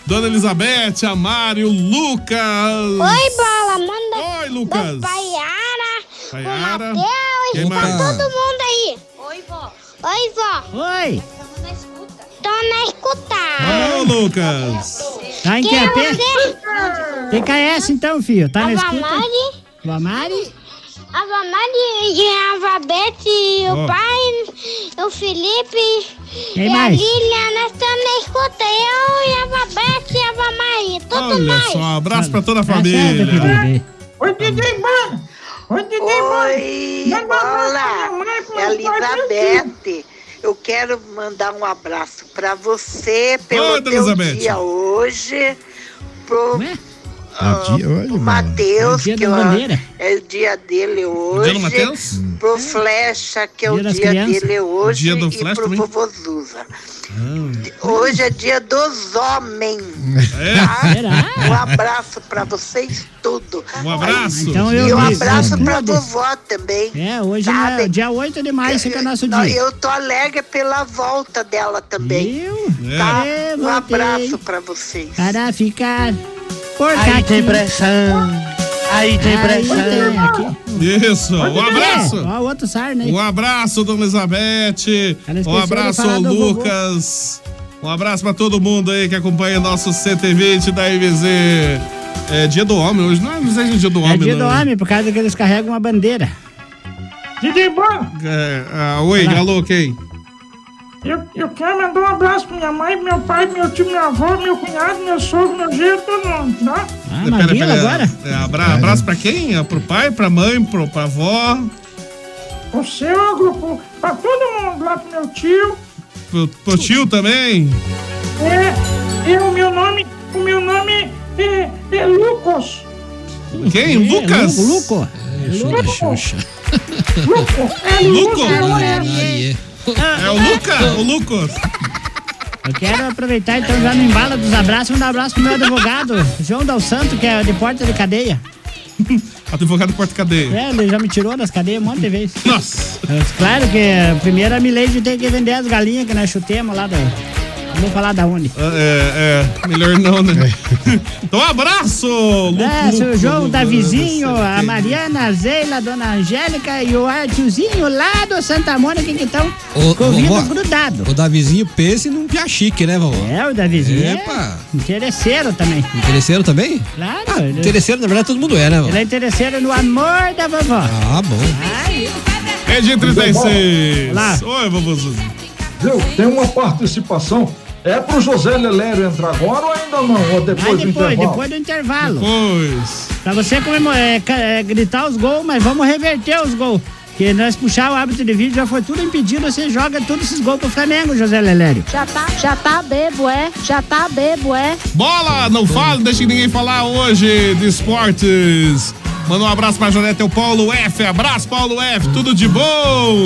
[SPEAKER 2] Dona Elizabeth, a Mário, Lucas.
[SPEAKER 14] Oi, Bola, manda.
[SPEAKER 2] Oi, Lucas.
[SPEAKER 14] Da Paiara,
[SPEAKER 2] Tayara.
[SPEAKER 14] o Matheus,
[SPEAKER 2] Quem
[SPEAKER 14] tá
[SPEAKER 2] mais?
[SPEAKER 14] todo mundo aí. Oi, vó. Oi, vó.
[SPEAKER 8] Oi.
[SPEAKER 14] Tô na escuta.
[SPEAKER 2] Ô, Lucas.
[SPEAKER 8] Tá em
[SPEAKER 14] Quem é
[SPEAKER 8] QAP?
[SPEAKER 14] você?
[SPEAKER 8] Tem KS então, filho. Tá na
[SPEAKER 14] A
[SPEAKER 8] escuta?
[SPEAKER 14] Vamari.
[SPEAKER 8] Vamari?
[SPEAKER 14] A Vamari e a Vabete,
[SPEAKER 8] Ó.
[SPEAKER 14] o pai, o Felipe
[SPEAKER 8] Quem
[SPEAKER 14] e
[SPEAKER 8] mais?
[SPEAKER 14] a Lilian. Nós estamos na escuta. Eu e a Vabete e a Vamari. Tudo
[SPEAKER 2] Olha
[SPEAKER 14] mais.
[SPEAKER 2] só, um abraço pra toda a
[SPEAKER 14] Tá certo,
[SPEAKER 2] família.
[SPEAKER 14] Oi, Didi, mano. Oi, Didi,
[SPEAKER 19] Oi, Bola, é a Elizabeth. Eu quero mandar um abraço pra você pelo
[SPEAKER 2] Oi,
[SPEAKER 19] teu
[SPEAKER 2] Elizabeth.
[SPEAKER 19] dia hoje, pro
[SPEAKER 18] é?
[SPEAKER 7] O Ah, dia hoje, mano.
[SPEAKER 19] Matheus,
[SPEAKER 7] Dia
[SPEAKER 19] que
[SPEAKER 7] da
[SPEAKER 19] eu-
[SPEAKER 7] bandeira.
[SPEAKER 19] é o dia dele hoje.
[SPEAKER 7] do Matheus?
[SPEAKER 19] Pro Flecha, que é o
[SPEAKER 7] Dia das
[SPEAKER 19] dia
[SPEAKER 7] crianças.
[SPEAKER 19] dele hoje,
[SPEAKER 7] Dia do
[SPEAKER 19] e
[SPEAKER 7] Flecha
[SPEAKER 19] pro
[SPEAKER 7] também?
[SPEAKER 19] vovô Zuza. Hoje é dia dos homens.
[SPEAKER 2] Ah. É?
[SPEAKER 19] Tá? Um abraço pra vocês tudo.
[SPEAKER 2] Um abraço.
[SPEAKER 8] Então eu
[SPEAKER 19] e um
[SPEAKER 8] vi-
[SPEAKER 19] abraço pra
[SPEAKER 8] Todas.
[SPEAKER 19] vovó também.
[SPEAKER 8] É, hoje não é, dia 8 de maio fica nosso
[SPEAKER 19] Não,
[SPEAKER 8] dia.
[SPEAKER 19] Eu tô alegre pela volta dela também. Tá?
[SPEAKER 8] É,
[SPEAKER 19] um
[SPEAKER 8] voltei.
[SPEAKER 19] abraço pra vocês.
[SPEAKER 8] Para ficar por
[SPEAKER 19] Aí
[SPEAKER 8] aqui.
[SPEAKER 19] tem
[SPEAKER 8] pressão.
[SPEAKER 19] Aí
[SPEAKER 2] tem pressão.
[SPEAKER 8] tem aqui.
[SPEAKER 2] Isso, um abraço.
[SPEAKER 8] É, ó, o outro sarna aí.
[SPEAKER 2] Um abraço, dona Elizabeth.
[SPEAKER 8] esqueceu
[SPEAKER 2] Um
[SPEAKER 8] de
[SPEAKER 2] abraço,
[SPEAKER 8] falar
[SPEAKER 2] ao
[SPEAKER 8] do vovô.
[SPEAKER 2] Lucas. Um abraço pra todo mundo aí que acompanha nosso 120 da MZ. É dia do homem hoje, não é? Não seja dia do homem,
[SPEAKER 8] É dia do
[SPEAKER 2] não.
[SPEAKER 8] homem, por causa que eles carregam uma bandeira.
[SPEAKER 20] Didi Bom,
[SPEAKER 2] É, ah, oi,
[SPEAKER 20] Olá.
[SPEAKER 2] alô, quem?
[SPEAKER 20] eu, eu quero mandar um abraço pra minha mãe, meu pai, meu tio, minha avó, meu cunhado, meu sogro, meu jeito, todo mundo, tá?
[SPEAKER 8] Ah,
[SPEAKER 2] É, É, abra- abraço pra quem? É, pro pai, pra mãe, pro, pra avó,
[SPEAKER 20] O seu grupo, pra todo mundo, lá pro meu tio.
[SPEAKER 2] pro, pro tio também.
[SPEAKER 20] É, e o meu nome, o meu nome é, é Lucas.
[SPEAKER 2] Quem? Lucas?
[SPEAKER 8] É,
[SPEAKER 2] É,
[SPEAKER 8] Luco.
[SPEAKER 20] Lucas. Lucas. É
[SPEAKER 2] Luco?
[SPEAKER 20] Lucas.
[SPEAKER 2] É o Luca? O Lucas?
[SPEAKER 8] Eu quero aproveitar então já no embalo dos abraços, mandar um abraço pro meu advogado, João Dal Santo, que é de porta de cadeia.
[SPEAKER 2] Advogado Porto Cadeia.
[SPEAKER 8] É, ele já me tirou das cadeias um monte de vezes.
[SPEAKER 2] Nossa!
[SPEAKER 8] Claro que eh, primeiro a Milady tem que vender as galinhas que nós chutemos lá da. não Vou falar da Uni.
[SPEAKER 2] É, é, melhor não, né? Então, abraço! Lu-
[SPEAKER 8] É, seu
[SPEAKER 2] Luco,
[SPEAKER 8] João,
[SPEAKER 2] Luco,
[SPEAKER 8] Davizinho,
[SPEAKER 2] não sei
[SPEAKER 8] a
[SPEAKER 2] quem.
[SPEAKER 8] Mariana, a Zeila, a Dona Angélica e o Artiozinho lá do Santa Mônica que estão
[SPEAKER 4] Ô,
[SPEAKER 8] com o vidro
[SPEAKER 4] vovó,
[SPEAKER 8] grudado.
[SPEAKER 4] O Davizinho pensa num pia chique, né, vovó?
[SPEAKER 8] É, o Davizinho. é
[SPEAKER 4] Epa!
[SPEAKER 8] Interesseiro também.
[SPEAKER 4] Interesseiro também?
[SPEAKER 8] É, Claro.
[SPEAKER 4] Ah,
[SPEAKER 8] ele-
[SPEAKER 4] interesseiro, na verdade, todo mundo é, né, vovó?
[SPEAKER 8] Ele é interesseiro no amor da vovó.
[SPEAKER 4] Ah, bom.
[SPEAKER 2] É dia 36.
[SPEAKER 9] Olá.
[SPEAKER 2] Oi, vovô Zuzu.
[SPEAKER 9] Viu? Tem uma participação. É pro José Lelério entrar agora ou ainda não? Ou depois, do
[SPEAKER 8] Vai depois,
[SPEAKER 9] intervalo?
[SPEAKER 8] depois do intervalo.
[SPEAKER 2] Depois.
[SPEAKER 8] Pra você comemorar, é, ca- é, gritar os gols, mas vamos reverter os gols. Que nós puxar o hábito de vídeo já foi tudo impedido, você joga todos esses gols pro Flamengo, José Lelério.
[SPEAKER 18] Já tá, já tá bebo, é? Já tá bebo, é?
[SPEAKER 2] Bola, não fala, não deixa ninguém falar hoje de esportes. Manda um abraço pra Jonete, o Paulo F. Abraço, Paulo F. Tudo de bom.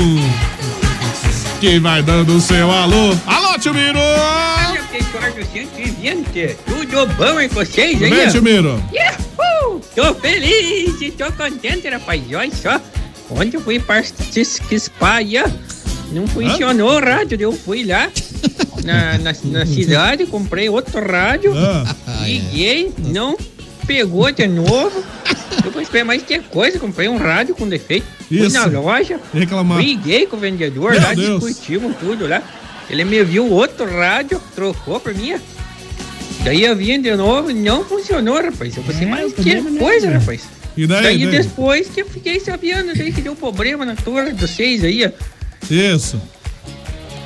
[SPEAKER 2] Quem vai dando o seu alô? Alô, tio Miro!
[SPEAKER 21] Olha, pessoal do 120, tudo bom em vocês,
[SPEAKER 2] Tudo bem,
[SPEAKER 21] hein?
[SPEAKER 2] tio Miro?
[SPEAKER 21] Yahoo! Tô feliz e tô contente, rapaz. Olha só, onde eu fui participar, não funcionou o rádio, eu fui lá na, na,
[SPEAKER 2] (laughs)
[SPEAKER 21] na cidade, comprei outro rádio,
[SPEAKER 2] Ah.
[SPEAKER 21] liguei, não pegou de novo. Eu comprei mais que coisa, comprei um rádio com defeito, fui
[SPEAKER 2] Isso.
[SPEAKER 21] na loja,
[SPEAKER 2] Reclamar.
[SPEAKER 21] briguei com o vendedor
[SPEAKER 2] Meu
[SPEAKER 21] lá,
[SPEAKER 2] Deus.
[SPEAKER 21] discutimos tudo lá. Ele me viu outro rádio, trocou pra mim. Daí eu vim de novo, não funcionou, rapaz. Eu pensei, mas que coisa, rapaz.
[SPEAKER 2] E daí, daí?
[SPEAKER 21] depois que eu fiquei sabendo daí que deu problema na torre de vocês aí, ó.
[SPEAKER 2] Isso.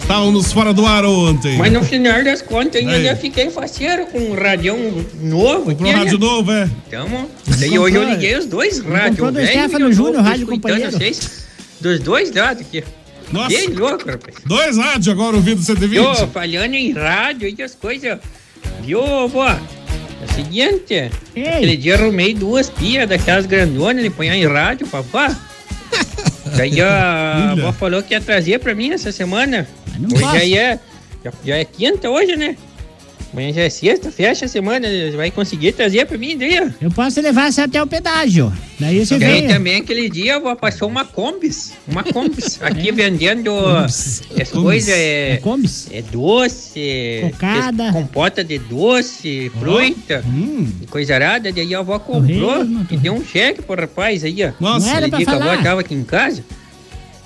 [SPEAKER 2] Estavam nos fora do ar ontem.
[SPEAKER 21] Mas no final das contas ainda
[SPEAKER 2] Aí.
[SPEAKER 21] eu fiquei faceiro com um radião novo.
[SPEAKER 2] Comprou
[SPEAKER 21] aqui,
[SPEAKER 2] um rádio
[SPEAKER 21] né?
[SPEAKER 2] novo, é?
[SPEAKER 21] Então, daí hoje eu liguei os dois
[SPEAKER 2] Comprou
[SPEAKER 21] rádios.
[SPEAKER 2] do
[SPEAKER 21] o velho e
[SPEAKER 2] Stefano
[SPEAKER 21] o novo,
[SPEAKER 2] Júnior,
[SPEAKER 21] tô
[SPEAKER 2] rádio
[SPEAKER 21] escutando
[SPEAKER 2] companheiro.
[SPEAKER 21] vocês Dos dois lados aqui.
[SPEAKER 2] Nossa.
[SPEAKER 21] Bem louco, rapaz.
[SPEAKER 2] Dois rádios agora ouvindo 120.
[SPEAKER 21] Ô, falhando em rádio e as coisas. Viu, vó? É o seguinte, aquele dia eu arrumei duas pias daquelas grandonas de ponhar em rádio,
[SPEAKER 2] (laughs)
[SPEAKER 21] papá. Daí a vó falou que ia trazer pra mim essa semana. Hoje
[SPEAKER 8] posso.
[SPEAKER 21] aí é. Já, já é quinta hoje, né? Amanhã já é sexta, fecha a semana, vai conseguir trazer pra mim daí, ó.
[SPEAKER 8] Eu posso levar você até o pedágio. Daí você
[SPEAKER 21] E aí
[SPEAKER 8] vem.
[SPEAKER 21] também aquele dia vó, passou uma Kombis,
[SPEAKER 8] (laughs)
[SPEAKER 21] uma Kombis aqui
[SPEAKER 8] É.
[SPEAKER 21] vendendo
[SPEAKER 8] Kombis.
[SPEAKER 21] as coisas, é,
[SPEAKER 8] Kombis.
[SPEAKER 21] é doce,
[SPEAKER 8] Cocada. Hum.
[SPEAKER 21] es- compota de doce, fruta, e coisa arada, daí a avó comprou e deu um cheque pro rapaz aí, ó.
[SPEAKER 8] Tá Nossa. Não era
[SPEAKER 21] Ele
[SPEAKER 8] pra
[SPEAKER 21] dia que a avó
[SPEAKER 8] falar.
[SPEAKER 21] tava aqui em casa,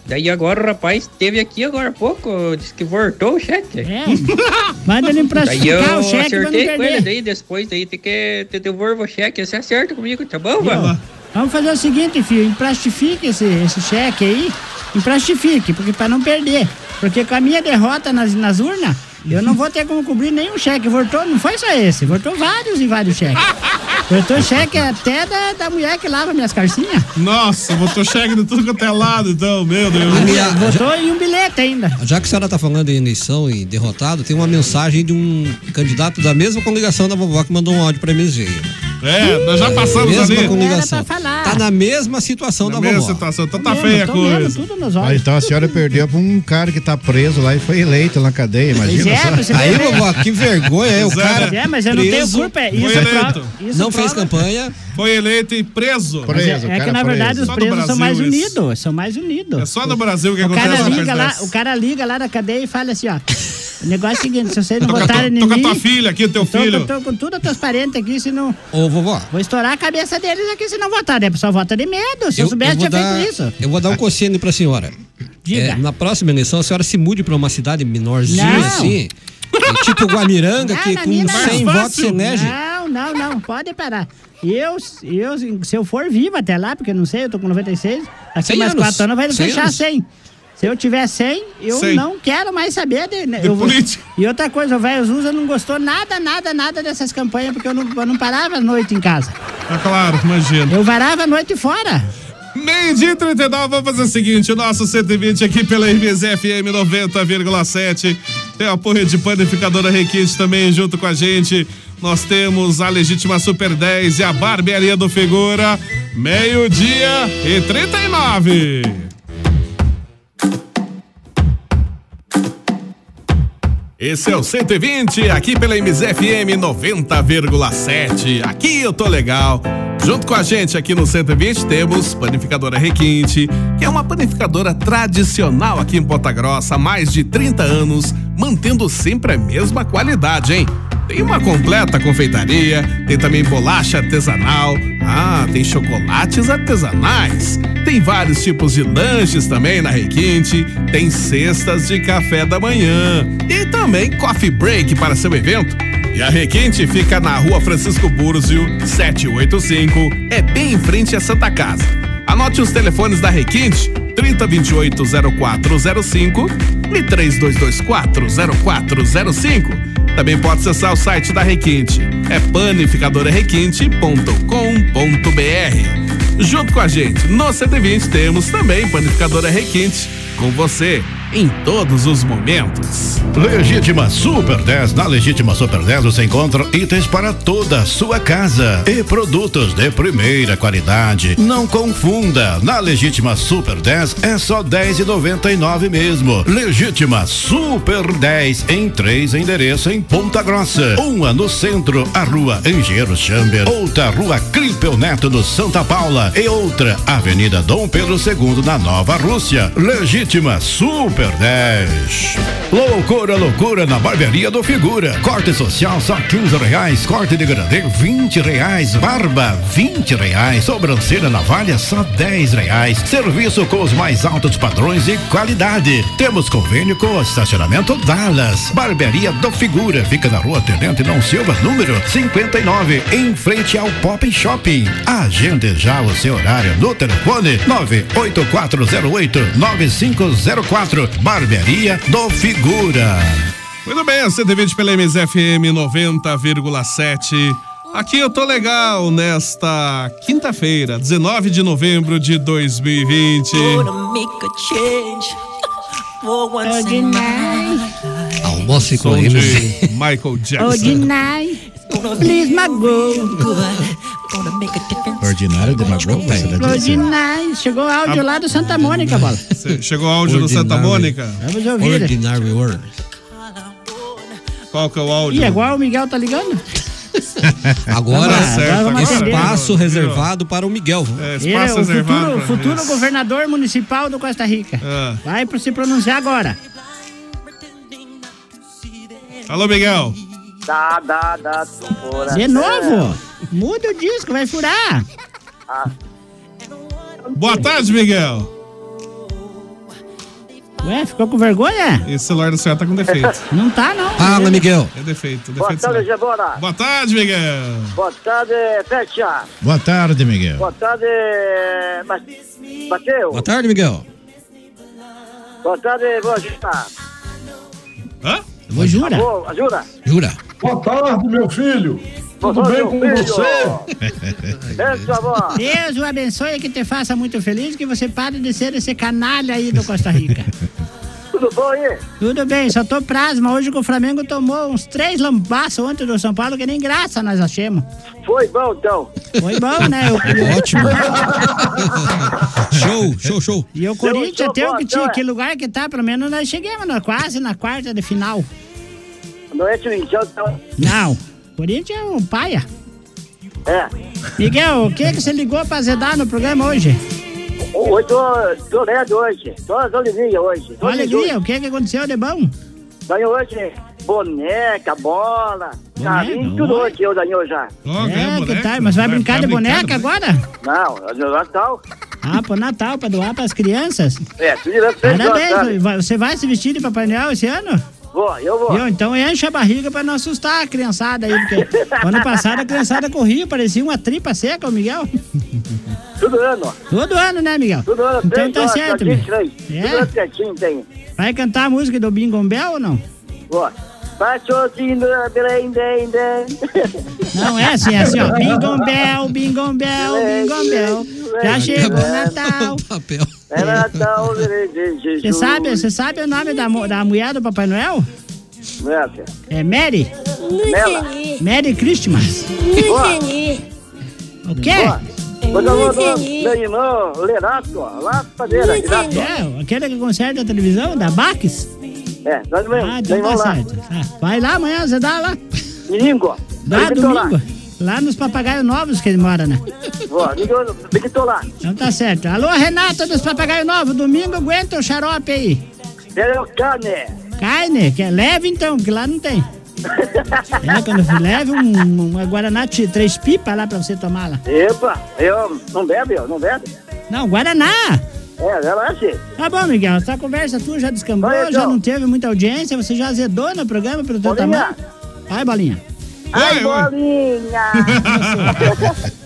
[SPEAKER 21] daí agora o rapaz esteve aqui agora há pouco, disse que voltou o cheque.
[SPEAKER 8] É. (laughs) Manda ele pra
[SPEAKER 21] Daí eu
[SPEAKER 8] ficar o cheque pra não
[SPEAKER 21] acertei com ele,
[SPEAKER 8] perder.
[SPEAKER 21] daí depois daí tem que te devolver o cheque, você acerta comigo, tá bom, vó?
[SPEAKER 8] Vamos fazer o seguinte, filho, emplastifique esse, esse cheque aí, emplastifique, porque para não perder. Porque com a minha derrota nas, nas urnas, eu não vou ter como cobrir nenhum cheque. Voltou, não foi só esse, voltou vários e vários cheques. Voltou cheque até da, da mulher que lava minhas calcinhas.
[SPEAKER 2] Nossa, botou cheque de tudo quanto é lado, então, meu Deus.
[SPEAKER 8] Botou em um bilhete ainda.
[SPEAKER 4] Já que a senhora tá falando em eleição e derrotado, tem uma mensagem de um candidato da mesma congregação da vovó que mandou um áudio pra MG.
[SPEAKER 2] É, nós já passamos
[SPEAKER 4] mesma
[SPEAKER 2] ali.
[SPEAKER 4] Congregação.
[SPEAKER 8] Não era pra falar.
[SPEAKER 4] Tá na mesma situação da
[SPEAKER 2] mesma
[SPEAKER 4] vovó.
[SPEAKER 2] situação, então
[SPEAKER 4] tá Tô feia a vendo, tô coisa. vendo tudo nos olhos.
[SPEAKER 7] Ah, então a senhora perdeu pra um cara que tá preso lá e foi eleito na cadeia, imagina
[SPEAKER 8] Pois é,
[SPEAKER 7] só.
[SPEAKER 8] você vê Aí, bem.
[SPEAKER 7] "Ah,
[SPEAKER 8] vovó, que vergonha,
[SPEAKER 4] é, o cara
[SPEAKER 8] É, mas eu não tenho culpa, é, isso
[SPEAKER 2] foi
[SPEAKER 8] prova-
[SPEAKER 2] eleito.
[SPEAKER 8] isso Não fez prova-
[SPEAKER 4] campanha.
[SPEAKER 2] Foi eleito e preso.
[SPEAKER 8] Mas é, é que na verdade os
[SPEAKER 2] Só no
[SPEAKER 8] presos são
[SPEAKER 2] Brasil
[SPEAKER 8] mais
[SPEAKER 2] isso.
[SPEAKER 8] unidos, são mais unidos.
[SPEAKER 2] É só no Brasil que
[SPEAKER 8] o cara
[SPEAKER 2] acontece uma
[SPEAKER 8] liga
[SPEAKER 2] coisa
[SPEAKER 8] lá,
[SPEAKER 2] dessa.
[SPEAKER 8] O cara liga lá na cadeia e fala assim, ó. O negócio é o seguinte, se vocês não
[SPEAKER 2] Tô com a
[SPEAKER 8] votarem
[SPEAKER 2] tua-
[SPEAKER 8] em
[SPEAKER 2] tô com a
[SPEAKER 8] mim...
[SPEAKER 2] tua filha aqui, o teu
[SPEAKER 8] tô,
[SPEAKER 2] filho.
[SPEAKER 8] Tô, tô com todos os teus parentes aqui, se não...
[SPEAKER 4] Ô, vovó.
[SPEAKER 8] Vou estourar a cabeça deles aqui se não votar. Daí a pessoa vota de medo. Se eu, soubesse,
[SPEAKER 4] vou
[SPEAKER 8] tinha
[SPEAKER 4] dar,
[SPEAKER 8] feito isso.
[SPEAKER 4] Eu vou dar um conselho pra senhora.
[SPEAKER 8] Diga.
[SPEAKER 4] É, na próxima eleição, a senhora se mude pra uma cidade menorzinha,
[SPEAKER 8] Não.
[SPEAKER 4] assim. é, tipo Guamiranga,
[SPEAKER 8] Não,
[SPEAKER 4] que
[SPEAKER 8] na
[SPEAKER 4] com
[SPEAKER 8] minha
[SPEAKER 4] 100
[SPEAKER 8] não. é
[SPEAKER 2] é
[SPEAKER 4] votos se elege.
[SPEAKER 8] Não, não, não. Pode parar. Eu, eu, se eu for viva até lá, porque eu não sei, eu tô com 96, daqui
[SPEAKER 4] 100
[SPEAKER 8] umas
[SPEAKER 4] anos.
[SPEAKER 8] 4 anos vai
[SPEAKER 4] 100
[SPEAKER 8] fechar
[SPEAKER 4] anos.
[SPEAKER 8] 100. Se eu tiver 100, eu
[SPEAKER 4] 100.
[SPEAKER 8] não quero mais saber de, né,
[SPEAKER 4] De
[SPEAKER 8] eu vou-
[SPEAKER 4] política.
[SPEAKER 8] E outra coisa, o velho Zusa não gostou nada, nada, nada dessas campanhas, porque eu não, eu não parava à noite em casa.
[SPEAKER 4] Ah,
[SPEAKER 2] É claro, imagina.
[SPEAKER 8] Eu varava a noite fora.
[SPEAKER 2] Meio dia e 39, vamos fazer o seguinte, o nosso 120 aqui pela RBZ FM 90,7. Tem apoio de panificadora Requinte também junto com a gente. Nós temos a Legítima Super 10 e a Barbearia do Figura. Meio dia e 39. Esse é o 120, aqui pela MZFM 90,7. Aqui eu tô legal. Junto com a gente aqui no 120 temos Panificadora Requinte, que é uma panificadora tradicional aqui em Ponta Grossa há mais de 30 anos, mantendo sempre a mesma qualidade, hein? Tem uma completa confeitaria, tem também bolacha artesanal, ah, tem chocolates artesanais, tem vários tipos de lanches também na Requinte, tem cestas de café da manhã e também coffee break para seu evento. E a Requinte fica na rua Francisco Búrzio, 785, é bem em frente à Santa Casa. Anote os telefones da Requinte, 3028-0405 e 3224-0405. Também pode acessar o site da Requinte. É panificadorarequinte.com.br. Junto com a gente, no 120 temos também Panificadora Requinte, com você em todos os momentos.
[SPEAKER 7] Legítima Super 10. Na Legítima Super 10 você encontra itens para toda a sua casa e produtos de primeira qualidade. Não confunda. Na Legítima Super 10 é só 10 e mesmo. Legítima Super 10 em três endereços em Ponta Grossa. Uma no centro, a rua Engenheiro Chamber, outra rua Clipeu Neto no Santa Paula e outra Avenida Dom Pedro II na Nova Rússia. Legítima Super Super 10. Loucura, loucura na barbearia do Figura. Corte social só 15 reais. Corte de grande 20 reais. Barba 20 reais. Sobrancelha navalha só 10 reais. Serviço com os mais altos padrões e qualidade. Temos convênio com o estacionamento Dallas. Barbearia do Figura. Fica na rua Tenente Não Silva, número 59, em frente ao Pop Shopping. Agende já o seu horário no telefone 98408 9504. Barbearia do Figura.
[SPEAKER 2] Muito bem, 120 pela MZFM 90,7. Aqui eu tô legal nesta quinta-feira, 19 de novembro de 2020.
[SPEAKER 21] Almoce com
[SPEAKER 2] Som de
[SPEAKER 21] eles.
[SPEAKER 8] (laughs)
[SPEAKER 2] Michael (laughs) Jackson.
[SPEAKER 22] Ordinai. Please magou.
[SPEAKER 23] Ordinário
[SPEAKER 7] tá,
[SPEAKER 23] demagou, velho.
[SPEAKER 8] Ordinai. Chegou áudio lá do Santa Mônica, bola.
[SPEAKER 2] Cê- Chegou áudio do Santa Mônica?
[SPEAKER 8] Vamos ouvir.
[SPEAKER 2] Ordinary World. Qual que é o áudio?
[SPEAKER 8] Ih, agora o Miguel tá ligando?
[SPEAKER 21] Agora,
[SPEAKER 8] Tá certo,
[SPEAKER 2] é
[SPEAKER 8] agora vamos atender.
[SPEAKER 21] espaço reservado para o Miguel.
[SPEAKER 8] Ele é o futuro, futuro governador municipal do Costa Rica. Vai pra se pronunciar agora.
[SPEAKER 2] Alô, Miguel.
[SPEAKER 1] Dá, dá, dá, tu fora.
[SPEAKER 8] De novo? Muda o disco, vai furar.
[SPEAKER 2] Boa tarde, Tá, Miguel.
[SPEAKER 8] Ué, ficou com vergonha?
[SPEAKER 2] Esse celular do senhor tá com defeito.
[SPEAKER 8] (laughs) Não tá, não.
[SPEAKER 2] Fala, Miguel. É defeito,
[SPEAKER 1] Boa
[SPEAKER 2] defeito.
[SPEAKER 1] tarde, Gebora.
[SPEAKER 2] Boa tarde, Miguel.
[SPEAKER 1] Boa tarde, Fecha.
[SPEAKER 23] Boa tarde, Miguel.
[SPEAKER 1] Boa tarde, Mas... Bateu.
[SPEAKER 21] Boa tarde, Miguel.
[SPEAKER 1] Boa tarde, vou ajudar.
[SPEAKER 2] Hã?
[SPEAKER 21] Vou jura?
[SPEAKER 1] Vou, ajuda.
[SPEAKER 21] Jura?
[SPEAKER 9] Boa tarde, meu filho. Tudo
[SPEAKER 1] Boa
[SPEAKER 9] bem
[SPEAKER 1] tarde,
[SPEAKER 9] com
[SPEAKER 1] meu filho.
[SPEAKER 9] você?
[SPEAKER 21] (laughs)
[SPEAKER 1] Beijo, avó.
[SPEAKER 8] Deus o abençoe que te faça muito feliz, que você pare de ser esse canalha aí do Costa Rica.
[SPEAKER 1] (laughs) Tudo bom aí?
[SPEAKER 8] Tudo bem, só tô prasma hoje que o Flamengo tomou uns três lambaços ontem do São Paulo, que nem graça nós achamos.
[SPEAKER 1] Foi bom, então.
[SPEAKER 8] Foi bom, né? Eu-
[SPEAKER 21] (laughs)
[SPEAKER 2] (laughs)
[SPEAKER 21] Ótimo.
[SPEAKER 8] (laughs)
[SPEAKER 21] show, show, show.
[SPEAKER 8] E o Corinthians,
[SPEAKER 1] show
[SPEAKER 8] até o
[SPEAKER 1] bom,
[SPEAKER 8] que tinha,
[SPEAKER 1] então, é.
[SPEAKER 8] que lugar que tá, pelo menos nós chegamos na- quase na quarta de final.
[SPEAKER 1] Não é trinchão, então.
[SPEAKER 8] Não. O Corinthians é um paia.
[SPEAKER 1] É.
[SPEAKER 8] Miguel, o que que você ligou pra azedar no programa hoje?
[SPEAKER 1] Hoje tô, tô lendo hoje. Tô as alegria hoje. Tô
[SPEAKER 8] Olha, Guia, o que que aconteceu de bom?
[SPEAKER 1] Ganhei hoje boneca, bola, carrinho, tudo hoje eu ganhei já.
[SPEAKER 8] é, que tá, mas vai brincar de
[SPEAKER 2] né?
[SPEAKER 8] boneca agora?
[SPEAKER 1] Não, no Natal.
[SPEAKER 8] Ah, pro Natal, pra doar pras crianças?
[SPEAKER 1] É, tudo direto pra
[SPEAKER 8] Parabéns, vai- você vai se vestir de Papai Noel esse ano?
[SPEAKER 1] Vou, eu vou.
[SPEAKER 8] Viu? Então enche a barriga pra não assustar a criançada aí, porque
[SPEAKER 1] (laughs)
[SPEAKER 8] ano passado a criançada corria, parecia uma tripa seca,
[SPEAKER 1] (laughs)
[SPEAKER 8] o Miguel.
[SPEAKER 1] Tudo ano.
[SPEAKER 8] Todo ano, né, Miguel?
[SPEAKER 1] Tudo ano, três
[SPEAKER 8] Então tá
[SPEAKER 1] horas,
[SPEAKER 8] certo,
[SPEAKER 1] três,
[SPEAKER 8] Miguel. É.
[SPEAKER 1] três. Tudo ano certinho tem.
[SPEAKER 8] Vai cantar a música do Bingo Bell ou não?
[SPEAKER 1] Ó, Patrocínio, Belém, Belém,
[SPEAKER 8] Não, é assim, é assim, ó. Bingo Bell, Bingo Bell, Bingo Bell. Já chegou o Natal.
[SPEAKER 1] É Natal, Belém, Jesus.
[SPEAKER 8] Você sabe, você sabe o nome da, mu- da mulher do Papai Noel?
[SPEAKER 1] Nessa.
[SPEAKER 8] É Mary?
[SPEAKER 1] Nela.
[SPEAKER 8] Mary Christmas. É. O quê?
[SPEAKER 1] Quando eu vou do meu irmão, Lerato, ó, lá na padeira, Lerato.
[SPEAKER 8] É, aquele que conserta a televisão, da Baques?
[SPEAKER 1] É, nós mesmo,
[SPEAKER 8] Ah,
[SPEAKER 1] nós
[SPEAKER 8] então tá
[SPEAKER 1] vamos lá.
[SPEAKER 8] certo. Tá. Vai lá amanhã, você dá lá.
[SPEAKER 1] Domingo.
[SPEAKER 8] Dá
[SPEAKER 1] Domingo eu tô lá.
[SPEAKER 8] domingo. Lá nos papagaios novos que ele mora, né?
[SPEAKER 1] Ó, domingo, tem que tô lá.
[SPEAKER 8] Então tá certo. Alô, Renata dos Papagaios Novos, domingo aguenta o xarope aí.
[SPEAKER 1] Pera, carne.
[SPEAKER 8] Carne, que é leve então, que lá
[SPEAKER 1] (laughs)
[SPEAKER 8] não tem. É, quando eu fui leve, um, uma Guaraná de três pipas lá pra você tomar lá.
[SPEAKER 1] Epa, eu não bebe, ó, não bebe.
[SPEAKER 8] Não, Guaraná!
[SPEAKER 1] É, ela é assim.
[SPEAKER 8] Tá bom, Miguel, essa conversa tua já descambou,
[SPEAKER 1] Vai, então.
[SPEAKER 8] já não teve muita audiência, você já azedou no programa pelo teu tamanho. Vai, bolinha.
[SPEAKER 1] Ai, bolinha.
[SPEAKER 2] (laughs)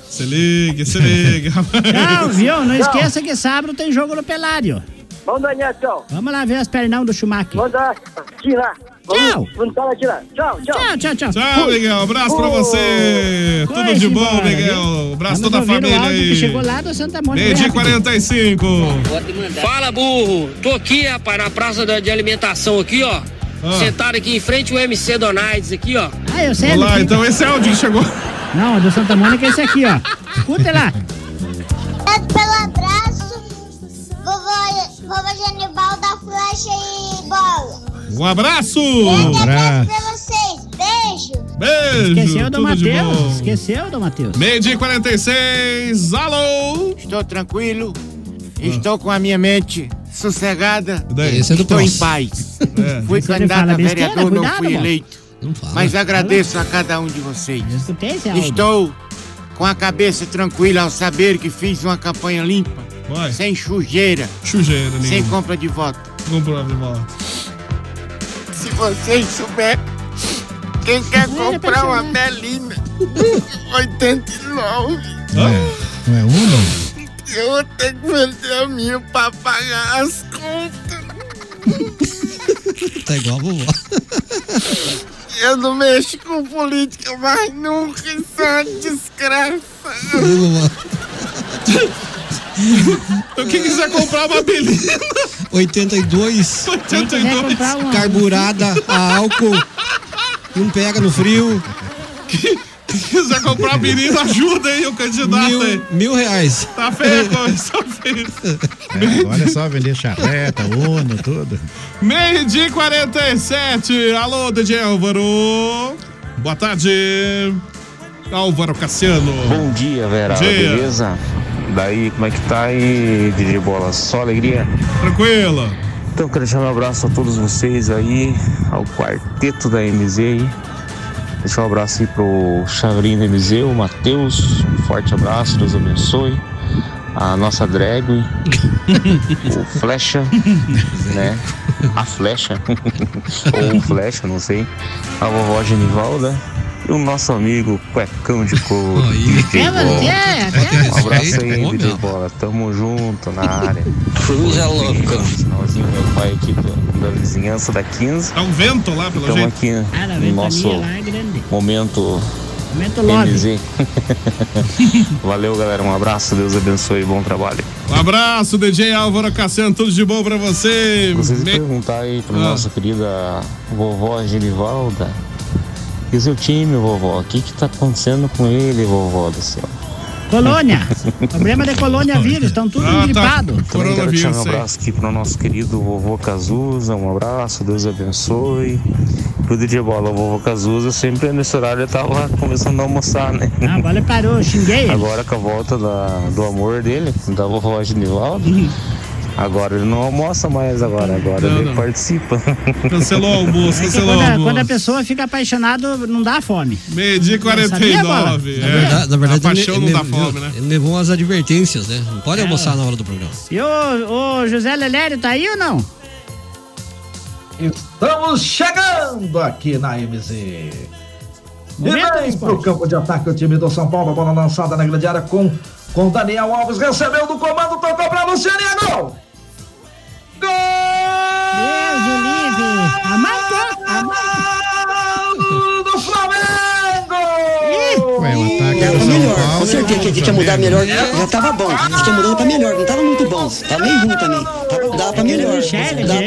[SPEAKER 2] Se liga, se liga. (laughs)
[SPEAKER 8] Não, viu? Não
[SPEAKER 2] Tchau.
[SPEAKER 8] esqueça que sábado tem jogo no Pelário.
[SPEAKER 1] Vamos, Daniel, então.
[SPEAKER 8] Vamos lá ver as pernão do Schumacher.
[SPEAKER 1] Vamos lá, tirar.
[SPEAKER 8] Tchau.
[SPEAKER 24] Vamos parar aqui lá. Tchau, tchau.
[SPEAKER 8] Tchau, tchau, tchau.
[SPEAKER 2] Tchau, Miguel. Abraço pra você. Tudo
[SPEAKER 8] Vai-se
[SPEAKER 2] de bom,
[SPEAKER 8] embora,
[SPEAKER 2] Miguel. Abraço
[SPEAKER 8] é, Vamos
[SPEAKER 2] toda a
[SPEAKER 8] ouvir o
[SPEAKER 2] família
[SPEAKER 8] áudio que
[SPEAKER 2] aí.
[SPEAKER 8] Chegou lá do Santa Mônica.
[SPEAKER 2] Meio dia
[SPEAKER 8] Rápido.
[SPEAKER 2] 45.
[SPEAKER 21] Fala, burro. Tô aqui, rapaz, na praça da- de alimentação aqui, ó. Sentado aqui em frente o MC Donaides aqui, ó.
[SPEAKER 8] Ah, eu sei.
[SPEAKER 21] Olá,
[SPEAKER 2] então esse é o que chegou.
[SPEAKER 8] Não, do Santa Mônica é esse aqui, ó. Escuta lá.
[SPEAKER 19] Obrigado (laughs) pelo abraço. Vovó, vovó Genival da flecha e bola.
[SPEAKER 2] Um abraço. Ah.
[SPEAKER 19] Abraço pra vocês. Beijo.
[SPEAKER 2] Beijo.
[SPEAKER 8] Esqueceu do
[SPEAKER 2] tudo de
[SPEAKER 8] Matheus.
[SPEAKER 2] bom.
[SPEAKER 8] Esqueceu do Matheus.
[SPEAKER 2] Meio dia 46. Alô.
[SPEAKER 17] Estou tranquilo. Estou com a minha mente sossegada.
[SPEAKER 2] daí? Esse é do
[SPEAKER 17] Estou em
[SPEAKER 2] próximo.
[SPEAKER 8] (laughs)
[SPEAKER 17] paz.
[SPEAKER 2] É.
[SPEAKER 17] Fui
[SPEAKER 2] Você não
[SPEAKER 17] candidato
[SPEAKER 2] fala
[SPEAKER 17] a
[SPEAKER 2] besteira,
[SPEAKER 17] vereador, não
[SPEAKER 2] cuidado,
[SPEAKER 17] fui
[SPEAKER 2] mano.
[SPEAKER 17] eleito.
[SPEAKER 2] fala.
[SPEAKER 17] Mas agradeço a cada um de vocês.
[SPEAKER 8] esse áudio.
[SPEAKER 17] Estou com a cabeça tranquila ao saber que fiz uma campanha limpa. Sem sujeira.
[SPEAKER 2] Sujeira,
[SPEAKER 17] Sem
[SPEAKER 2] nenhuma.
[SPEAKER 17] compra de voto.
[SPEAKER 2] Comprou de volta.
[SPEAKER 17] Se vocês souberem, quem quer comprar uma (laughs) Belina 89,
[SPEAKER 7] Não é, não é um, não?
[SPEAKER 17] eu vou ter que vender a minha pra pagar as contas.
[SPEAKER 4] Tá igual a
[SPEAKER 2] (laughs)
[SPEAKER 4] vovó.
[SPEAKER 17] Eu não mexo com política mais nunca, isso é uma desgraça. (laughs)
[SPEAKER 2] Então quem quiser comprar uma belina.
[SPEAKER 4] 82.
[SPEAKER 8] Quem quiser comprar uma-
[SPEAKER 4] Carburada a álcool. Não pega no frio.
[SPEAKER 2] Quem quiser comprar uma belina, ajuda aí o candidato
[SPEAKER 4] mil,
[SPEAKER 2] aí.
[SPEAKER 4] Mil reais.
[SPEAKER 2] Tá feio,
[SPEAKER 7] (laughs)
[SPEAKER 2] a coisa, tá feio.
[SPEAKER 7] É, agora é só vender charreta, uno, tudo.
[SPEAKER 2] Meio dia e 47. Alô, DJ Álvaro. Boa tarde. Álvaro Cassiano.
[SPEAKER 25] Bom dia, Vera.
[SPEAKER 2] Bom dia.
[SPEAKER 25] Beleza? Daí, como é que tá aí, DJ Bola? Só alegria?
[SPEAKER 2] Tranquila.
[SPEAKER 25] Então, quero deixar um abraço a todos vocês aí, ao quarteto da MZ aí. Deixar um abraço aí pro Chavrinho da MZ, o Matheus. Um forte abraço, Deus abençoe. A nossa
[SPEAKER 2] (laughs)
[SPEAKER 25] drag, o Flecha, né? A Flecha, ou o Flecha, não sei. A vovó Genivalda. E o nosso amigo Cuecão de Couro. DJ
[SPEAKER 8] É, mano,
[SPEAKER 25] Bola.
[SPEAKER 8] é,
[SPEAKER 25] Um abraço aí, DJ Bola. Tamo junto na área.
[SPEAKER 17] Cruza louca.
[SPEAKER 25] Sinalzinho meu pai aqui da, da vizinhança da 15.
[SPEAKER 2] Tá um vento lá, pelo
[SPEAKER 25] Estamos
[SPEAKER 2] jeito.
[SPEAKER 25] aqui
[SPEAKER 8] Ah, na
[SPEAKER 25] no
[SPEAKER 8] ventania
[SPEAKER 25] nosso
[SPEAKER 8] lá é grande.
[SPEAKER 25] momento
[SPEAKER 8] Momento love.
[SPEAKER 25] MZ. (laughs) Valeu, galera. Um abraço. Deus abençoe. Bom trabalho.
[SPEAKER 2] Um abraço, DJ Álvaro Cassiano. Tudo de bom pra você. Ah.
[SPEAKER 25] Vocês perguntar aí pra nossa querida vovó Genivalda. E o seu time, vovó? O que que tá acontecendo com ele, vovó do céu?
[SPEAKER 8] Colônia. É, Problema de colônia vírus. Estão
[SPEAKER 2] Ah,
[SPEAKER 8] tudo
[SPEAKER 2] tá.
[SPEAKER 8] gripado.
[SPEAKER 2] Então,
[SPEAKER 25] Também quero deixar um abraço aqui pro nosso querido vovô Cazuza. Um abraço, Deus abençoe. Pro DJ Bola, o vovô Cazuza sempre nesse horário ele tava começando a almoçar, né?
[SPEAKER 8] Ah, agora ele parou. Xinguei ele.
[SPEAKER 25] Agora com a volta da- do amor dele, da vovó Genivaldo,
[SPEAKER 8] Uhum.
[SPEAKER 25] agora ele não almoça mais agora, agora
[SPEAKER 2] Não,
[SPEAKER 25] ele
[SPEAKER 2] não.
[SPEAKER 25] participa.
[SPEAKER 2] Cancelou o almoço,
[SPEAKER 8] É que
[SPEAKER 2] cancelou
[SPEAKER 8] quando,
[SPEAKER 2] o
[SPEAKER 8] a, quando a
[SPEAKER 2] almoço.
[SPEAKER 8] pessoa fica apaixonada, não dá fome.
[SPEAKER 2] Meio dia e
[SPEAKER 8] Sabia, Bola?
[SPEAKER 2] 49.
[SPEAKER 4] Na
[SPEAKER 2] é.
[SPEAKER 4] verdade, na verdade,
[SPEAKER 2] a paixão
[SPEAKER 4] ele-
[SPEAKER 2] não dá
[SPEAKER 4] ele-
[SPEAKER 2] fome, né?
[SPEAKER 4] Ele levou umas advertências, né? Não
[SPEAKER 8] É.
[SPEAKER 4] pode almoçar na hora do programa.
[SPEAKER 8] E o, o José Lelério tá aí ou não?
[SPEAKER 9] Estamos chegando aqui na MZ. E
[SPEAKER 8] Momento do
[SPEAKER 9] vem pro campo de ataque o time do São Paulo. A bola lançada na grande área com, com Daniel Alves. Recebeu do comando, tocou pra Luciano e é gol!
[SPEAKER 8] Deus o livre. Amantou.
[SPEAKER 9] Amantou. Do Flamengo!
[SPEAKER 7] Ué, o ataque
[SPEAKER 25] Era
[SPEAKER 7] do São
[SPEAKER 25] Tá melhor,
[SPEAKER 7] Paulo.
[SPEAKER 25] com certeza que a gente ia mudar melhor, já tava bom. A gente tá mudando pra melhor, não tava muito bom. Tava meio ruim também. Tava, dava pra melhor. Dava pra melhor. Dava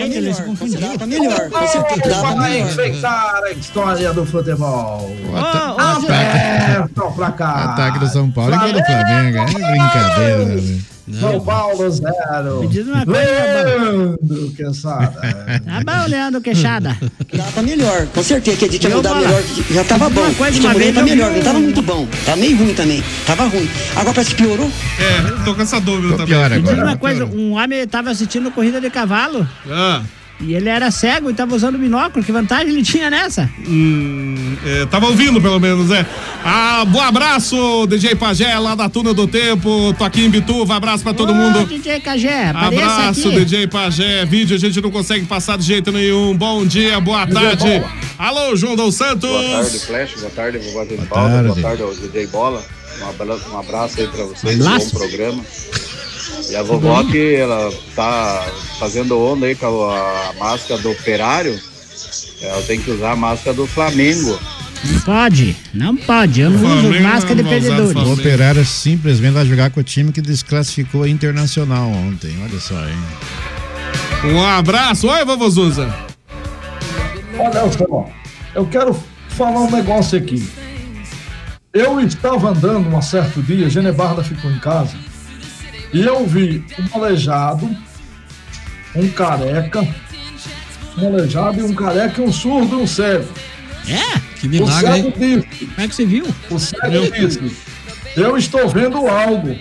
[SPEAKER 25] pra melhor, com certeza. Dava pra
[SPEAKER 9] Para
[SPEAKER 25] melhor.
[SPEAKER 9] enfeitar
[SPEAKER 21] né?
[SPEAKER 9] a história do futebol.
[SPEAKER 7] ata-
[SPEAKER 9] Aperta o placar.
[SPEAKER 7] Ataque do São Paulo igual do Flamengo. É brincadeira, né? velho.
[SPEAKER 9] São Paulo zero.
[SPEAKER 8] Me diz uma coisa,
[SPEAKER 9] Leandro, Quesada.
[SPEAKER 8] Tá bom,
[SPEAKER 2] (laughs)
[SPEAKER 8] Leandro Queixada.
[SPEAKER 25] Dava pra Tá, melhor, com certeza que a gente ia
[SPEAKER 8] Eu,
[SPEAKER 25] mudar
[SPEAKER 8] Bola,
[SPEAKER 25] melhor. Já tava bom.
[SPEAKER 8] uma coisa,
[SPEAKER 25] A gente
[SPEAKER 8] uma
[SPEAKER 25] ia mudar
[SPEAKER 8] vez
[SPEAKER 25] pra
[SPEAKER 8] eu
[SPEAKER 25] melhor,
[SPEAKER 8] vi
[SPEAKER 25] não
[SPEAKER 8] um-
[SPEAKER 25] tava muito bom. Tava meio ruim também. Tava ruim. Agora parece que piorou.
[SPEAKER 2] É, tô com essa dúvida também.
[SPEAKER 8] Me diz
[SPEAKER 2] tá
[SPEAKER 8] uma coisa, um homem tava assistindo corrida de cavalo
[SPEAKER 2] Ah,
[SPEAKER 8] e ele era cego e tava usando binóculo. Que vantagem ele tinha nessa?
[SPEAKER 2] hum, é, tava ouvindo pelo menos, é. Ah, bom abraço, DJ Pajé, lá da Tuna do Tempo. Tô aqui em Bituva, abraço pra todo
[SPEAKER 8] Ô,
[SPEAKER 2] mundo.
[SPEAKER 8] DJ Cagé, apareça
[SPEAKER 2] Abraço,
[SPEAKER 8] Ah, tá aqui.
[SPEAKER 2] DJ Pajé. Vídeo a gente não consegue passar de jeito nenhum. Bom dia, boa
[SPEAKER 25] DJ
[SPEAKER 2] tarde.
[SPEAKER 25] Bola.
[SPEAKER 2] Alô, João Dom Santos.
[SPEAKER 25] Boa tarde, Flash. Boa tarde, vovó Genivaldo. Boa
[SPEAKER 2] tarde.
[SPEAKER 25] tarde ao DJ Bola. Um abraço, um abraço aí pra vocês.
[SPEAKER 2] Um abraço.
[SPEAKER 25] Bom programa. E a vovó que ela tá fazendo onda aí com a máscara do operário.
[SPEAKER 26] Ela tem que usar a máscara do Flamengo.
[SPEAKER 8] Não pode, não pode. Eu não uso máscara de perdedores.
[SPEAKER 7] O Operário simplesmente vai jogar com o time que desclassificou a Internacional ontem. Olha só, hein?
[SPEAKER 2] Um abraço. Oi, vovô Zuza.
[SPEAKER 9] Olha só, eu quero falar um negócio aqui. Eu estava andando um certo dia, Genebarda ficou em casa, e eu vi um aleijado, um careca, um aleijado e um careca, e um surdo e um cego.
[SPEAKER 4] É? Que milagre,
[SPEAKER 9] o
[SPEAKER 4] hein?
[SPEAKER 9] cego disse,
[SPEAKER 4] Como é que você viu?
[SPEAKER 9] o cego disse, eu estou vendo algo.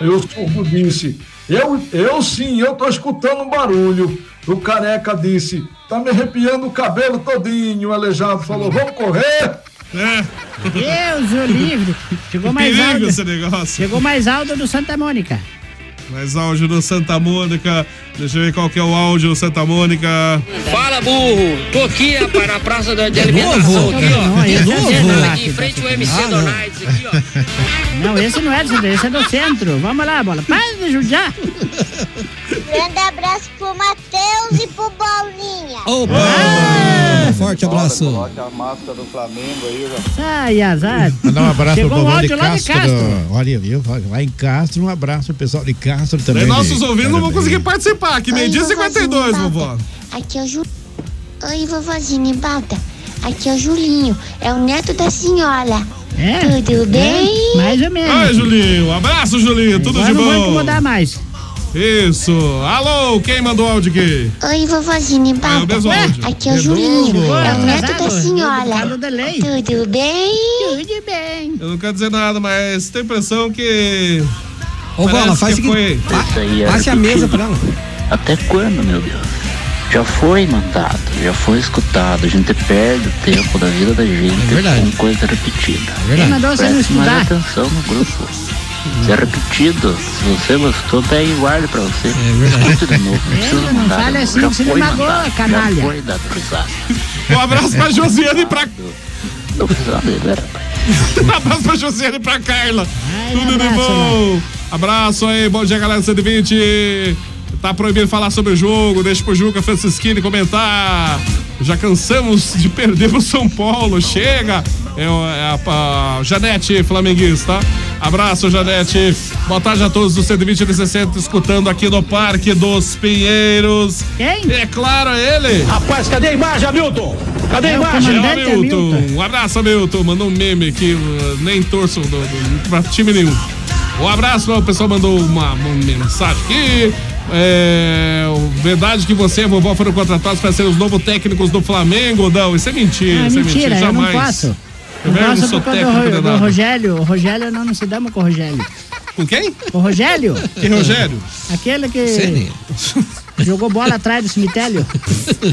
[SPEAKER 9] E o surdo disse, eu, eu sim, eu estou escutando um barulho. O careca disse, tá me arrepiando o cabelo todinho. O aleijado falou, vamos correr.
[SPEAKER 8] Deus, o livre. Chegou mais
[SPEAKER 2] Perigo
[SPEAKER 8] alto.
[SPEAKER 2] esse negócio.
[SPEAKER 8] Chegou mais alto do Santa Mônica.
[SPEAKER 2] Mais áudio do Santa Mônica. Deixa eu ver qual que é o áudio do Santa Mônica.
[SPEAKER 21] Fala, burro! Tô aqui, rapaz, na praça da, de alimentação aqui, ó.
[SPEAKER 8] é novo,
[SPEAKER 21] Sentada aqui
[SPEAKER 8] Laki,
[SPEAKER 21] em frente ao MC
[SPEAKER 8] Ah, não.
[SPEAKER 21] Donaides aqui, ó.
[SPEAKER 8] Não, esse não é do centro, esse é do centro. Vamos lá, bola. Para de
[SPEAKER 21] (laughs)
[SPEAKER 8] judiar.
[SPEAKER 27] Grande abraço pro Matheus e pro Bolinha.
[SPEAKER 4] Opa!
[SPEAKER 7] forte abraço.
[SPEAKER 26] Coloca a máscara do Flamengo aí, ó.
[SPEAKER 8] Ai, azar.
[SPEAKER 7] Mandar um abraço
[SPEAKER 8] Chegou
[SPEAKER 7] pro
[SPEAKER 8] um
[SPEAKER 7] povo de
[SPEAKER 8] áudio lá de
[SPEAKER 7] Castro.
[SPEAKER 8] Castro.
[SPEAKER 7] Olha, viu? Vai em Castro, um abraço pro pessoal de Castro também.
[SPEAKER 2] Nossos
[SPEAKER 7] de-
[SPEAKER 2] ouvintes não vão
[SPEAKER 7] Parabéns.
[SPEAKER 2] conseguir participar, que meio-dia e 52, vovó.
[SPEAKER 27] Aqui é o Ju... Oi, vovozinha Balta. Aqui é o Julinho. É o neto da senhora.
[SPEAKER 8] É?
[SPEAKER 27] Tudo bem?
[SPEAKER 8] Mais ou menos.
[SPEAKER 2] Ai, Julinho. Abraço, Julinho. Tudo
[SPEAKER 8] Agora
[SPEAKER 2] de
[SPEAKER 8] não vou
[SPEAKER 2] bom.
[SPEAKER 8] incomodar mais.
[SPEAKER 2] Isso. Alô, quem mandou áudio aqui?
[SPEAKER 27] Oi, vovozinha
[SPEAKER 2] É o
[SPEAKER 27] Balta.
[SPEAKER 2] mesmo áudio.
[SPEAKER 27] Aqui é o
[SPEAKER 2] É novo.
[SPEAKER 27] Julinho. É o neto
[SPEAKER 8] Atrasado.
[SPEAKER 27] da senhora. Tudo bem?
[SPEAKER 8] Tudo bem.
[SPEAKER 2] Eu não quero dizer nada, mas tem impressão que.
[SPEAKER 4] Ô,
[SPEAKER 2] parece
[SPEAKER 4] Bola, faz o seguinte,
[SPEAKER 2] foi-
[SPEAKER 4] Isso aí é passe a mesa pra ela.
[SPEAKER 1] Até quando, meu Deus? Já foi mandado, já foi escutado. A gente perde o tempo da vida da
[SPEAKER 4] É
[SPEAKER 1] gente com coisa repetida. É
[SPEAKER 8] verdade. Quem mandou você não estudar?
[SPEAKER 1] atenção no grupo. Se é repetido, se você gostou, daí guarde pra você. É verdade. Escute de novo, não precisa
[SPEAKER 8] Não, não
[SPEAKER 1] mandar.
[SPEAKER 8] fale
[SPEAKER 1] de novo.
[SPEAKER 8] assim,
[SPEAKER 1] já
[SPEAKER 8] que você me
[SPEAKER 1] foi
[SPEAKER 8] magoa,
[SPEAKER 1] mandado, Já
[SPEAKER 8] canalha.
[SPEAKER 1] foi dado risada.
[SPEAKER 2] Um abraço pra Josiane e pra.
[SPEAKER 1] Não precisa né? beber.
[SPEAKER 2] Um abraço pra Josiane e pra Carla. Tudo de bom. Abraço aí, bom dia, galera do 120. Tá proibido falar sobre o jogo, deixa pro Juca Francisquini comentar. Já cansamos de perder pro São Paulo, chega. É, o- é a, a Janete Flamenguista. Abraço, Janete. Boa tarde a todos do 120 e 60, escutando aqui no Parque dos Pinheiros.
[SPEAKER 8] Quem?
[SPEAKER 2] É claro, é ele.
[SPEAKER 28] Rapaz, cadê a imagem, Hamilton? Cadê a
[SPEAKER 2] É o
[SPEAKER 28] imagem?
[SPEAKER 2] comandante Hamilton. Um abraço, Hamilton. Mandou um meme aqui, uh, nem torço do, do- pra time nenhum. Um abraço, o pessoal mandou uma, uma mensagem aqui. É, o- verdade que você e a vovó foram contratados para ser os novos técnicos do Flamengo? Não, isso é mentira,
[SPEAKER 8] Ah,
[SPEAKER 2] isso é mentira,
[SPEAKER 8] mentira, eu não
[SPEAKER 2] jamais.
[SPEAKER 8] posso.
[SPEAKER 2] Eu
[SPEAKER 8] Eu
[SPEAKER 2] mesmo
[SPEAKER 8] gosto
[SPEAKER 2] sou
[SPEAKER 8] por causa do,
[SPEAKER 2] técnico
[SPEAKER 8] Ro- do
[SPEAKER 2] danado.
[SPEAKER 8] Rogério. O Rogério, nós não se damos com o Rogério.
[SPEAKER 2] Com quem?
[SPEAKER 8] Com o Rogério?
[SPEAKER 2] Que Rogério?
[SPEAKER 8] Aquele que
[SPEAKER 2] Sei.
[SPEAKER 8] jogou bola atrás do cemitério.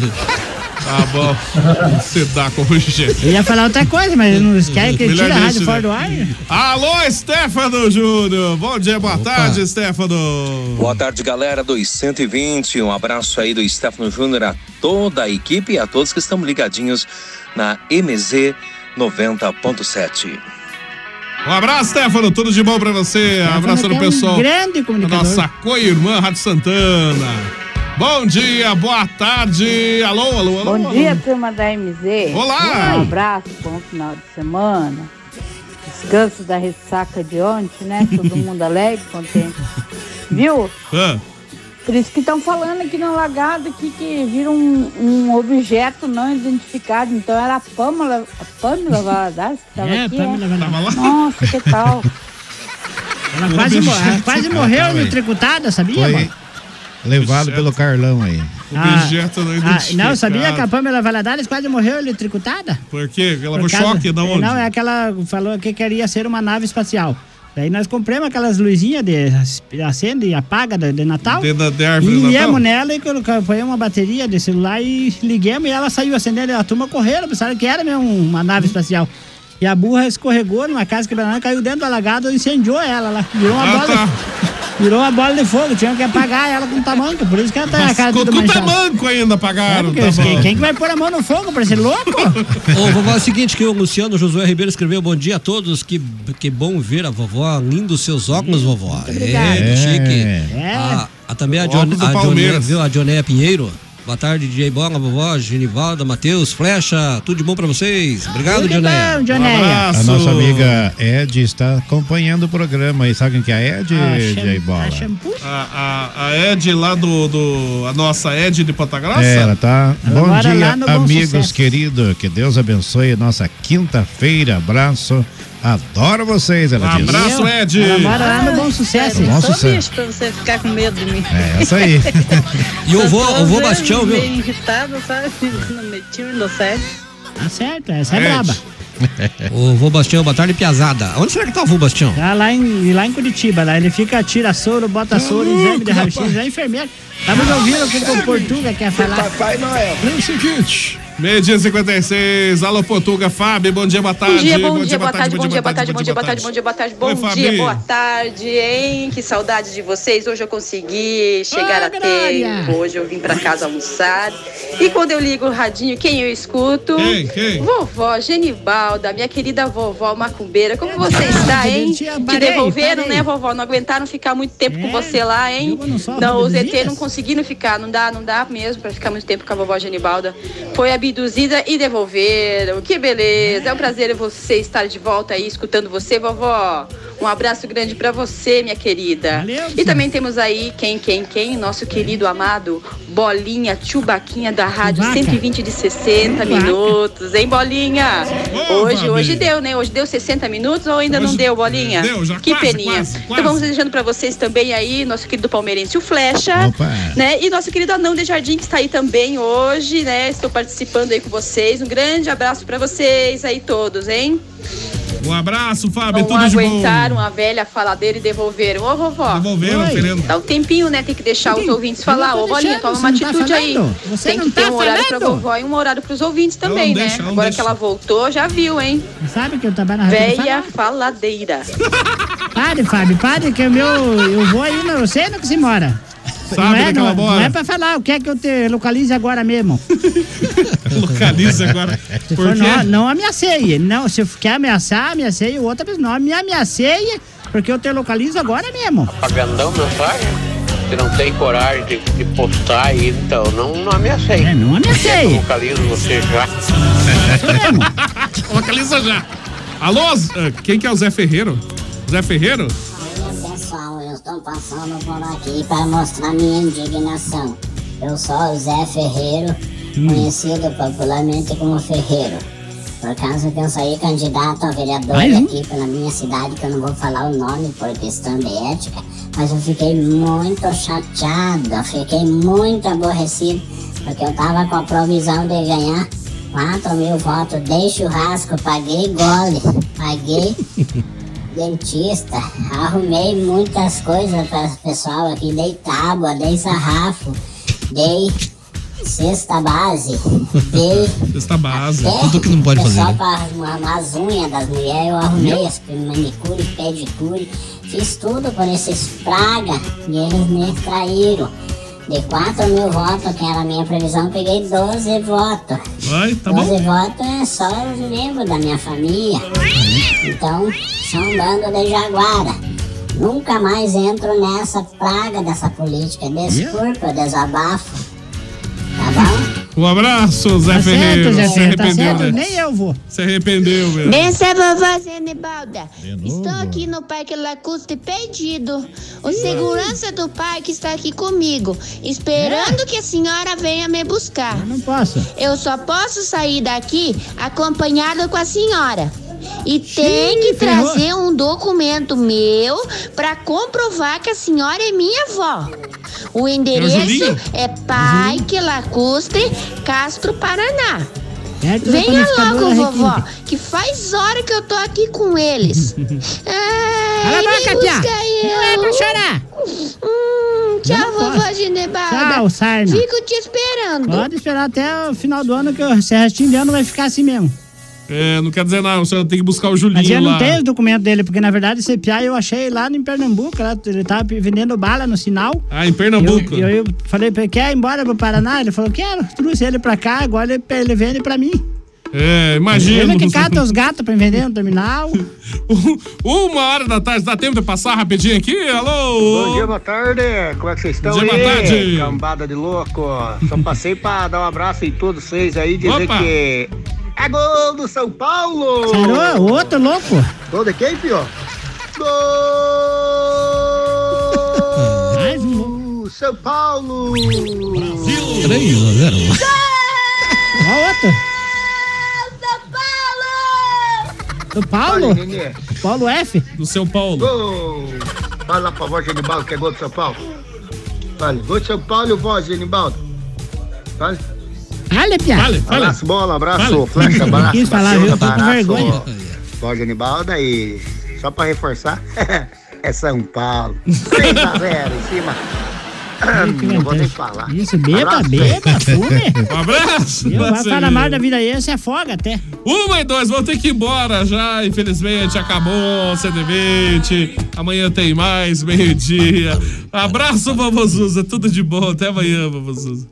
[SPEAKER 2] Tá
[SPEAKER 8] (laughs)
[SPEAKER 2] bom. Você dá com o
[SPEAKER 8] Eu
[SPEAKER 2] Rogério.
[SPEAKER 8] ia falar outra coisa, mas não quer que ele
[SPEAKER 2] Melhor
[SPEAKER 8] tire a rádio
[SPEAKER 2] deixa,
[SPEAKER 8] fora
[SPEAKER 2] né?
[SPEAKER 8] do ar.
[SPEAKER 2] Alô, Stefano Júnior. Bom dia, boa tarde, Stefano.
[SPEAKER 12] Boa tarde, galera dos 120. Um abraço aí do Stefano Júnior a toda a equipe e a todos que estão ligadinhos na MZ 90.7.
[SPEAKER 2] Um abraço, Stefano. Tudo de bom pra você. Um abraço do
[SPEAKER 8] é um
[SPEAKER 2] pessoal.
[SPEAKER 8] grande comunicador.
[SPEAKER 2] da Nossa co-irmã Rádio Santana. Bom dia, boa tarde. Alô, alô, alô.
[SPEAKER 18] Bom
[SPEAKER 2] alô.
[SPEAKER 18] dia, turma da MZ.
[SPEAKER 2] Olá!
[SPEAKER 18] Um abraço, bom final de semana. Descanso da ressaca de ontem, né?
[SPEAKER 2] (laughs)
[SPEAKER 18] Todo mundo alegre, contente. Viu?
[SPEAKER 2] Ah,
[SPEAKER 18] Por isso que estão falando aqui na lagada que, que viram um, um objeto não identificado. Então era a Pâmela, a Pâmela Valadares que estava
[SPEAKER 8] É,
[SPEAKER 18] aqui.
[SPEAKER 8] Pâmela
[SPEAKER 18] é?
[SPEAKER 8] Valadares.
[SPEAKER 18] Nossa, que tal?
[SPEAKER 2] é
[SPEAKER 8] Ela quase, mo- ela quase
[SPEAKER 2] Tá,
[SPEAKER 8] morreu
[SPEAKER 7] Calma aí.
[SPEAKER 8] no tricotada, sabia?
[SPEAKER 7] (laughs) Foi
[SPEAKER 8] mano?
[SPEAKER 7] levado pelo Carlão aí.
[SPEAKER 8] Ah,
[SPEAKER 2] tá
[SPEAKER 8] ah, não, sabia que a Pamela Valadares quase morreu eletricutada?
[SPEAKER 2] Por quê? Ela
[SPEAKER 8] Por
[SPEAKER 2] foi
[SPEAKER 8] causa-
[SPEAKER 2] choque da onde?
[SPEAKER 8] Não, é aquela falou que queria ser uma nave espacial. Daí nós compramos aquelas luzinhas de acende e apaga de, de Natal.
[SPEAKER 2] De- da- de árvore de
[SPEAKER 8] e
[SPEAKER 2] Natal?
[SPEAKER 8] viemos nela e colocamos põe uma bateria de celular e ligamos e ela saiu acendendo. E a turma correram, pensaram que era mesmo uma nave espacial. E a burra escorregou numa casa quebrada, caiu dentro do alagado e incendiou ela lá. Virou uma
[SPEAKER 2] Ah,
[SPEAKER 8] bola.
[SPEAKER 2] tá.
[SPEAKER 8] Virou uma bola de fogo, tinha que apagar ela com tamanco, por isso que ela tá
[SPEAKER 2] Mas
[SPEAKER 8] a cara
[SPEAKER 2] ficou
[SPEAKER 8] toda
[SPEAKER 2] com
[SPEAKER 8] manchada.
[SPEAKER 2] tamanco ainda, pagaram.
[SPEAKER 8] Porque
[SPEAKER 2] tá
[SPEAKER 8] quem,
[SPEAKER 2] bom.
[SPEAKER 8] quem que vai pôr a mão no fogo pra ser louco?
[SPEAKER 4] Ô, vovó, é o seguinte, que o Luciano Josué Ribeiro escreveu, bom dia a todos, que, que bom ver a vovó, lindo os seus óculos, vovó.
[SPEAKER 8] obrigado.
[SPEAKER 4] É,
[SPEAKER 8] É.
[SPEAKER 4] chique.
[SPEAKER 8] É.
[SPEAKER 4] A, a- também a, Dion,
[SPEAKER 8] Óculos do
[SPEAKER 4] a Dioné,
[SPEAKER 8] Palmeiras.
[SPEAKER 4] viu, a Dionéia Pinheiro, Boa tarde, DJ Bola, vovó, Genivalda, Matheus, Flecha, tudo de bom pra vocês. Obrigado,
[SPEAKER 8] Tudo
[SPEAKER 4] Joné.
[SPEAKER 8] bom, Joneia. Um abraço.
[SPEAKER 7] A nossa amiga Ed está acompanhando o programa. E sabe quem que é a Ed,
[SPEAKER 2] Ah,
[SPEAKER 7] J Bola?
[SPEAKER 2] A, a- a Ed lá do, do- A nossa Ed de Ponta Grossa?
[SPEAKER 7] É, ela tá. Bom
[SPEAKER 2] mora
[SPEAKER 7] dia,
[SPEAKER 2] lá no Bom
[SPEAKER 7] amigos
[SPEAKER 2] Sucesso.
[SPEAKER 7] queridos. Que Deus abençoe nossa quinta-feira. Abraço. Adoro vocês, ela
[SPEAKER 2] Um
[SPEAKER 7] diz.
[SPEAKER 8] Ela mora lá no Bom
[SPEAKER 10] É,
[SPEAKER 8] Sucesso.
[SPEAKER 7] Bom Sucesso.
[SPEAKER 6] pra você ficar com medo de mim.
[SPEAKER 7] É,
[SPEAKER 10] (laughs)
[SPEAKER 7] essa aí.
[SPEAKER 4] E eu vou, eu vou
[SPEAKER 6] Às vezes
[SPEAKER 4] Bastião,
[SPEAKER 6] Meio
[SPEAKER 4] viu?
[SPEAKER 6] irritada, sabe? (laughs) Não metido, não sério.
[SPEAKER 8] Tá certo, essa é braba.
[SPEAKER 4] Ô, vô Bastião, boa tarde, Piazada. Onde será que tá o vô Bastião?
[SPEAKER 8] Tá lá em, lá em Curitiba, lá ele fica, tira soro, bota
[SPEAKER 2] Tá
[SPEAKER 8] soro, exame de raio-x, é enfermeiro. Estamos ouvindo o que que o Portuga quer falar. Papai Noel.
[SPEAKER 2] É o seguinte. Meio dia e 56, alô Portuga, Fábio, bom dia, boa tarde.
[SPEAKER 6] Bom dia, bom dia, boa tarde, bom dia, boa tarde, bom dia, boa tarde, bom dia, boa tarde, bom
[SPEAKER 2] Oi,
[SPEAKER 6] dia,
[SPEAKER 2] Fabi.
[SPEAKER 6] boa tarde, hein? Que saudade de vocês. Hoje eu consegui
[SPEAKER 2] Ah,
[SPEAKER 6] chegar a tempo. Hoje eu vim pra casa almoçar. E quando eu ligo o radinho, quem eu escuto?
[SPEAKER 2] Quem, quem?
[SPEAKER 6] Vovó Genibalda, minha querida vovó macumbeira. Como você
[SPEAKER 2] Ah,
[SPEAKER 6] está, hein?
[SPEAKER 8] gente, eu
[SPEAKER 6] Te
[SPEAKER 8] parei,
[SPEAKER 6] devolveram,
[SPEAKER 8] parei.
[SPEAKER 6] né, vovó? Não aguentaram ficar muito tempo com você lá, hein?
[SPEAKER 8] Eu não sou
[SPEAKER 6] Não, os
[SPEAKER 8] abduzida?
[SPEAKER 6] ET não conseguiram ficar. Não dá, não dá mesmo pra ficar muito tempo com a vovó Genibalda. Foi abduzida e devolveram. Que beleza. É um prazer você estar de volta aí escutando você, vovó. Um abraço grande pra você, minha querida. E também temos aí quem, quem, quem? Nosso querido amado Bolinha Chubaquinha da Rádio 120 de 60 minutos, hein, Bolinha? Hoje, hoje deu, né? Hoje deu 60 minutos ou ainda não deu, Bolinha?
[SPEAKER 16] deu, já
[SPEAKER 6] que
[SPEAKER 16] quase,
[SPEAKER 6] peninha.
[SPEAKER 16] quase,
[SPEAKER 6] Então vamos desejando pra vocês também aí, nosso querido palmeirense, o Flecha, né? E nosso querido Anão de Jardim, que está aí também hoje, né? Estou participando aí com vocês. Um grande abraço pra vocês aí todos, hein?
[SPEAKER 2] Um abraço, Fábio,
[SPEAKER 6] Não
[SPEAKER 2] tudo de
[SPEAKER 6] aguentaram
[SPEAKER 2] bom.
[SPEAKER 6] a velha faladeira e devolveram. Ô, vovó.
[SPEAKER 2] Devolveram, Oi. querendo.
[SPEAKER 6] Dá um tempinho, né? Tem que deixar os ouvintes falar.
[SPEAKER 8] tô
[SPEAKER 6] Ô, bolinha,
[SPEAKER 8] deixando,
[SPEAKER 6] toma
[SPEAKER 8] você
[SPEAKER 6] uma
[SPEAKER 8] não tá
[SPEAKER 6] atitude aí.
[SPEAKER 8] falando. Você
[SPEAKER 6] Tem
[SPEAKER 8] não
[SPEAKER 6] que ter
[SPEAKER 8] tá
[SPEAKER 6] um horário pra
[SPEAKER 8] falando.
[SPEAKER 6] vovó e um horário pros ouvintes também,
[SPEAKER 8] Não
[SPEAKER 6] né?
[SPEAKER 8] deixa, não
[SPEAKER 6] Agora que
[SPEAKER 8] deixa.
[SPEAKER 6] ela voltou, já viu, hein?
[SPEAKER 8] Sabe que eu trabalho na rádio.
[SPEAKER 6] Velha faladeira.
[SPEAKER 8] Pare, Fábio, pare, que o meu. Eu vou aí, não eu sei onde que se mora.
[SPEAKER 2] Sabe
[SPEAKER 8] não, é,
[SPEAKER 2] onde que
[SPEAKER 8] não,
[SPEAKER 2] ela mora?
[SPEAKER 8] não é pra falar, o que é que eu te localize agora mesmo?
[SPEAKER 2] Localiza agora.
[SPEAKER 8] (laughs) Se
[SPEAKER 2] Por
[SPEAKER 8] for,
[SPEAKER 2] quê?
[SPEAKER 8] não, não ameacei. Não, se quer ameaçar, ameacei outra pessoa. Não me ameacei, porque eu te localizo agora mesmo.
[SPEAKER 17] Apagandão meu pai? Você não tem coragem de, de postar aí, então não, não ameacei. É,
[SPEAKER 8] não ameacei.
[SPEAKER 17] Eu localizo você já.
[SPEAKER 2] Localiza já. É Alô, Z- ah, quem que é o Zé Ferreiro? Zé Ferreiro?
[SPEAKER 19] Pessoal, eu estou passando por aqui para mostrar minha indignação. Eu sou o Zé Ferreiro, conhecido popularmente como Ferreiro. Por causa que eu saí candidato a vereador Mais um? aqui pela minha cidade, que eu não vou falar o nome por questão de ética, mas eu fiquei muito chateado, eu fiquei muito aborrecido, porque eu tava com a provisão de ganhar 4 mil votos de churrasco, paguei gole, (laughs) paguei dentista, arrumei muitas coisas para o pessoal aqui, dei tábua, dei sarrafo, dei cesta base, dei
[SPEAKER 2] Esta base.
[SPEAKER 19] até
[SPEAKER 4] Tudo que não pode fazer,
[SPEAKER 19] pessoal
[SPEAKER 4] né?
[SPEAKER 19] para arrumar É as unhas das mulheres, eu arrumei
[SPEAKER 4] Meu.
[SPEAKER 19] as manicure, pedicure, fiz tudo por esses praga e eles me traíram. De 4 mil votos, que era a minha previsão, peguei 12 votos.
[SPEAKER 2] Vai, tá
[SPEAKER 19] 12
[SPEAKER 2] bom?
[SPEAKER 19] votos é só os membros da minha família. Então, são um bando de jaguara. Nunca mais entro nessa praga dessa política. Desculpa, desabafo.
[SPEAKER 2] Um abraço, Zé
[SPEAKER 19] Tá certo,
[SPEAKER 2] Ferreiro.
[SPEAKER 19] Zé
[SPEAKER 2] Se
[SPEAKER 19] Ferreiro, tá
[SPEAKER 2] arrependeu,
[SPEAKER 19] certo,
[SPEAKER 2] né?
[SPEAKER 19] nem
[SPEAKER 8] eu vou.
[SPEAKER 2] Se arrependeu, velho.
[SPEAKER 27] Benção, vovó Zenibalda. Estou aqui no Parque Lacustre perdido. O segurança do parque está aqui comigo, esperando que a senhora venha me buscar.
[SPEAKER 8] Não posso.
[SPEAKER 27] Eu só posso sair daqui acompanhada com a senhora. E tem que
[SPEAKER 8] ferrou.
[SPEAKER 27] trazer um documento meu para comprovar que a senhora é minha avó. O endereço
[SPEAKER 8] Julinho?
[SPEAKER 27] é Parque Lacustre, Castro, Paraná.
[SPEAKER 8] É, tu
[SPEAKER 27] Venha
[SPEAKER 8] vai pra
[SPEAKER 27] logo,
[SPEAKER 8] liquidificadora aqui.
[SPEAKER 27] vovó, que faz hora que eu tô aqui
[SPEAKER 8] (laughs)
[SPEAKER 27] com eles.
[SPEAKER 8] Cala a
[SPEAKER 27] Ai,
[SPEAKER 8] boca,
[SPEAKER 27] vem
[SPEAKER 8] Pia.
[SPEAKER 27] buscar eu.
[SPEAKER 8] Não é pra chorar.
[SPEAKER 27] Hum,
[SPEAKER 8] Eu
[SPEAKER 27] tchau,
[SPEAKER 8] não
[SPEAKER 27] vovó
[SPEAKER 8] posso.
[SPEAKER 27] Ginebalda.
[SPEAKER 8] Tchau, Sarna.
[SPEAKER 27] Fico te esperando.
[SPEAKER 8] Pode esperar até o final do ano, que o restinho de ano vai ficar assim mesmo.
[SPEAKER 2] É, não quer dizer nada, você tem que buscar o
[SPEAKER 8] Mas
[SPEAKER 2] Julinho
[SPEAKER 8] eu não
[SPEAKER 2] lá.
[SPEAKER 8] tenho os documentos dele, porque na verdade esse PI eu achei lá em Pernambuco, lá, ele tava vendendo bala no sinal.
[SPEAKER 2] Ah, em Pernambuco.
[SPEAKER 8] E eu, eu falei pra ele, quer ir embora pro Paraná? Ele falou, quero. Trouxe ele pra cá, agora ele, ele vende pra mim.
[SPEAKER 2] É, imagina.
[SPEAKER 8] Ele que cata os gatos pra vender no terminal.
[SPEAKER 2] Uma hora da tarde, dá tempo de eu passar rapidinho aqui? Alô?
[SPEAKER 29] Bom dia, boa tarde. Como é que vocês estão
[SPEAKER 2] Bom dia,
[SPEAKER 29] aí?
[SPEAKER 2] boa tarde.
[SPEAKER 29] Cambada de louco. Só passei pra dar um abraço em todos vocês aí, dizer
[SPEAKER 8] Opa.
[SPEAKER 29] que é gol do São Paulo.
[SPEAKER 8] Tirou é outro louco.
[SPEAKER 29] Gol de quem, pior?
[SPEAKER 8] Mais um louco.
[SPEAKER 29] Do São Paulo. Brasil.
[SPEAKER 4] 3 a 0.
[SPEAKER 8] Ó, outro. Do Paulo?
[SPEAKER 29] Olha, Nenê.
[SPEAKER 8] Paulo F?
[SPEAKER 2] Do seu Paulo.
[SPEAKER 29] Gol. Fala pra voz, Genibaldo, que é gol do São Paulo. Fale, gol do São Paulo, voz, Genibaldo. Fale.
[SPEAKER 8] Fale, Pia.
[SPEAKER 29] Abraço, bola,
[SPEAKER 8] Fale.
[SPEAKER 29] abraço, flecha, abraço.
[SPEAKER 8] Quis falar,
[SPEAKER 29] baciona,
[SPEAKER 8] viu? Tô com
[SPEAKER 29] abraço,
[SPEAKER 8] vergonha.
[SPEAKER 29] Jorge Anibalda e só pra reforçar, (laughs) é São Paulo.
[SPEAKER 8] (laughs)
[SPEAKER 29] 3 a 0 em cima. Não vou nem falar.
[SPEAKER 8] Isso, beba,
[SPEAKER 29] Abraço.
[SPEAKER 8] beba,
[SPEAKER 2] (laughs)
[SPEAKER 8] fume.
[SPEAKER 2] Um abraço.
[SPEAKER 8] Eu, vai
[SPEAKER 2] Marcelinho.
[SPEAKER 8] falar mal da vida aí, você afoga até.
[SPEAKER 2] Uma Um e dois, vão ter que ir embora já, infelizmente. Acabou, 120. Amanhã tem mais, meio-dia. Abraço, Babuzuza. Tudo de bom. Até amanhã, Babuzuza.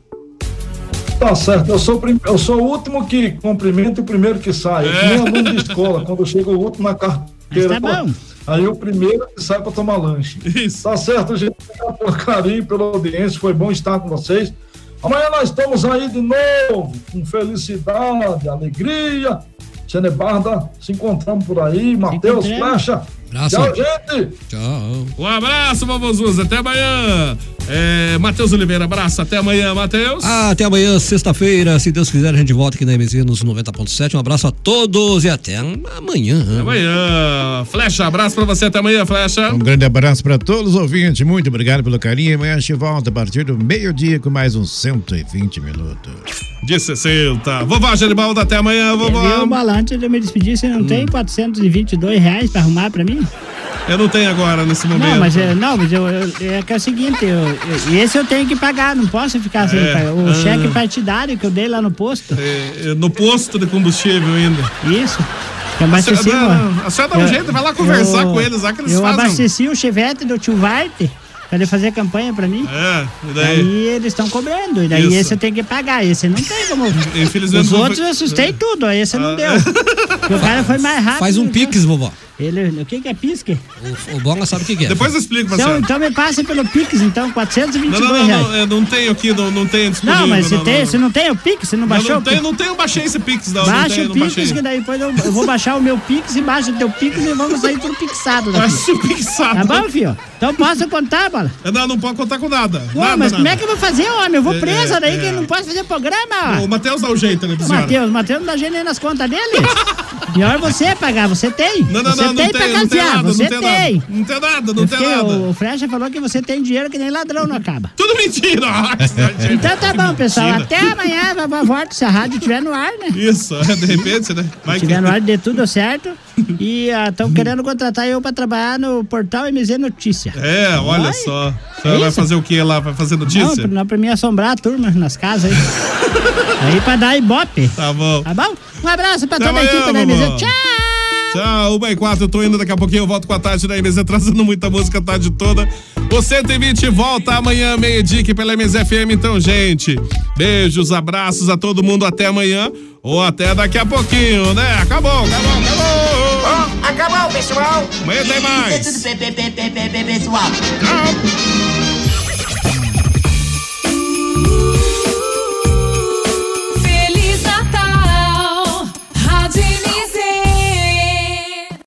[SPEAKER 9] Tá certo, eu sou, o prim- eu sou o último que cumprimenta e o primeiro que sai.
[SPEAKER 2] É.
[SPEAKER 9] Nem aluno de escola, quando chega o último na carteira.
[SPEAKER 2] Mas tá
[SPEAKER 9] pô,
[SPEAKER 2] bom.
[SPEAKER 9] Aí o primeiro que sai pra tomar lanche. Tá certo, gente. Obrigado pelo carinho, pela audiência. Foi bom estar com vocês. Amanhã nós estamos aí de novo, com felicidade, alegria. Genebarda, se encontramos por aí. Matheus,
[SPEAKER 2] Encontramos.
[SPEAKER 9] Flecha.
[SPEAKER 2] Abraço.
[SPEAKER 9] Tchau, gente.
[SPEAKER 4] Tchau.
[SPEAKER 2] Um abraço, Babuzuza. Até amanhã. É, Matheus Oliveira, abraço. Até amanhã, Matheus.
[SPEAKER 4] Ah, até amanhã, sexta-feira. Se Deus quiser, a gente volta aqui na MZ nos 90.7. Um abraço a todos e até amanhã.
[SPEAKER 2] Amanhã. Flecha, abraço pra você. Até amanhã, Flecha.
[SPEAKER 7] Um grande abraço para todos os ouvintes. Muito obrigado pelo carinho. Amanhã a gente volta a partir do meio-dia com mais um uns 120 minutos.
[SPEAKER 2] De 60. Vovó Geribaldo, até amanhã,
[SPEAKER 8] Você viu,
[SPEAKER 2] vovó.
[SPEAKER 8] Bola, antes de É, eu me despedir, você não tem 422 reais pra arrumar pra mim?
[SPEAKER 2] Eu não tenho agora, nesse momento.
[SPEAKER 8] Não, mas, é- não, mas eu, eu- é que é o seguinte, eu, eu- esse eu tenho que pagar, não posso ficar sem
[SPEAKER 2] É,
[SPEAKER 8] pagar. O
[SPEAKER 2] ah.
[SPEAKER 8] cheque partidário que eu dei lá no posto.
[SPEAKER 2] É, é, no posto de combustível ainda.
[SPEAKER 8] Isso. Eu abasteci,
[SPEAKER 2] a senhora,
[SPEAKER 8] mano.
[SPEAKER 2] a senhora dá um
[SPEAKER 8] Eu-
[SPEAKER 2] jeito, vai lá conversar
[SPEAKER 8] eu-
[SPEAKER 2] com eles lá que eles
[SPEAKER 8] Eu
[SPEAKER 2] fazem.
[SPEAKER 8] abasteci o chevette do tio Varte pra ele fazer campanha pra mim.
[SPEAKER 2] É, e daí?
[SPEAKER 8] Daí eles estão cobrando, e daí
[SPEAKER 2] Isso.
[SPEAKER 8] esse eu tenho que pagar, esse não tem como.
[SPEAKER 2] Infelizmente
[SPEAKER 8] Os
[SPEAKER 2] não
[SPEAKER 8] outros
[SPEAKER 2] foi- É. Ah.
[SPEAKER 8] eu assustei tudo, aí esse não deu. Porque o cara foi mais rápido. né?
[SPEAKER 4] Faz um pix, vovó.
[SPEAKER 8] Ele, o que que é pisque?
[SPEAKER 4] O Bola sabe o que, que é.
[SPEAKER 8] Então, então me passe pelo Pix, então, 422
[SPEAKER 2] Não, não, não,
[SPEAKER 8] reais.
[SPEAKER 2] não, eu não tenho aqui, não, não tenho
[SPEAKER 8] Não,
[SPEAKER 2] disponível.
[SPEAKER 8] mas você tem,
[SPEAKER 2] não.
[SPEAKER 8] você não tem é o Pix? Você não
[SPEAKER 2] Eu
[SPEAKER 8] baixou
[SPEAKER 2] não
[SPEAKER 8] o
[SPEAKER 2] tenho,
[SPEAKER 8] Pix?
[SPEAKER 2] não tenho, baixei esse Pix, não. não
[SPEAKER 8] Baixa
[SPEAKER 2] tenho,
[SPEAKER 8] o
[SPEAKER 2] não
[SPEAKER 8] Pix,
[SPEAKER 2] baixei.
[SPEAKER 8] que daí depois eu, eu vou baixar o meu Pix e baixo o teu Pix e vamos sair tudo pixado daqui.
[SPEAKER 2] Baixa o pixado.
[SPEAKER 8] Tá bom, filho? Então posso contar, Bola?
[SPEAKER 2] Não, não pode contar com nada.
[SPEAKER 8] Ué,
[SPEAKER 2] nada,
[SPEAKER 8] mas
[SPEAKER 2] nada.
[SPEAKER 8] como é
[SPEAKER 2] (laughs)
[SPEAKER 8] que eu vou fazer, homem? Eu vou
[SPEAKER 2] É,
[SPEAKER 8] presa daí
[SPEAKER 2] é.
[SPEAKER 8] que eu não posso fazer programa,
[SPEAKER 2] O
[SPEAKER 8] ó.
[SPEAKER 2] Matheus dá o jeito, né, pra senhora?
[SPEAKER 8] Ah. Matheus, Matheus não dá jeito nem nas contas dele. Pior você pagar, você tem.
[SPEAKER 2] Não, não,
[SPEAKER 8] você
[SPEAKER 2] não, não
[SPEAKER 8] tem pra
[SPEAKER 2] tenho, não tenho
[SPEAKER 8] cartear,
[SPEAKER 2] nada, não
[SPEAKER 8] você
[SPEAKER 2] tenho
[SPEAKER 8] tem.
[SPEAKER 2] nada. Não tem nada, não
[SPEAKER 8] Eu
[SPEAKER 2] tem
[SPEAKER 8] fiquei-
[SPEAKER 2] nada.
[SPEAKER 8] O Frecha falou que você tem dinheiro que nem ladrão não acaba.
[SPEAKER 2] Tudo mentira!
[SPEAKER 8] Então tá bom, pessoal.
[SPEAKER 2] Mentira.
[SPEAKER 8] Até amanhã, vovó volta, se a rádio estiver no ar, né?
[SPEAKER 2] Isso, é, de repente, né? Vai
[SPEAKER 8] Se tiver no ar, dê tudo
[SPEAKER 2] (laughs)
[SPEAKER 8] certo. E estão querendo contratar eu pra trabalhar no portal MZ Notícia.
[SPEAKER 2] É, olha só. A senhora
[SPEAKER 8] É
[SPEAKER 2] vai
[SPEAKER 8] isso?
[SPEAKER 2] fazer o que lá? Vai fazer
[SPEAKER 8] Não, pra,
[SPEAKER 2] notícia?
[SPEAKER 8] não pra mim assombrar a turma nas casas aí. aí pra dar ibope.
[SPEAKER 2] Tá bom.
[SPEAKER 8] Tá bom? Um abraço pra
[SPEAKER 2] Até
[SPEAKER 8] toda a
[SPEAKER 2] amanhã,
[SPEAKER 8] equipe da
[SPEAKER 2] vovó.
[SPEAKER 8] MZ. Tchau!
[SPEAKER 2] Tchau, 1 e 4, eu tô indo daqui a pouquinho, eu volto com a tarde da MZ, trazendo muita música a tarde toda. O 120 volta amanhã, meio-dia, aqui pela MZFM. Então, gente, beijos, abraços a todo mundo, até amanhã ou até daqui a pouquinho, né? Acabou, acabou, acabou!
[SPEAKER 1] Acabou, pessoal!
[SPEAKER 2] Amanhã tem mais.
[SPEAKER 1] Isso é tudo, pe- pe- pe- pe- pe- pe- pessoal! Tchau!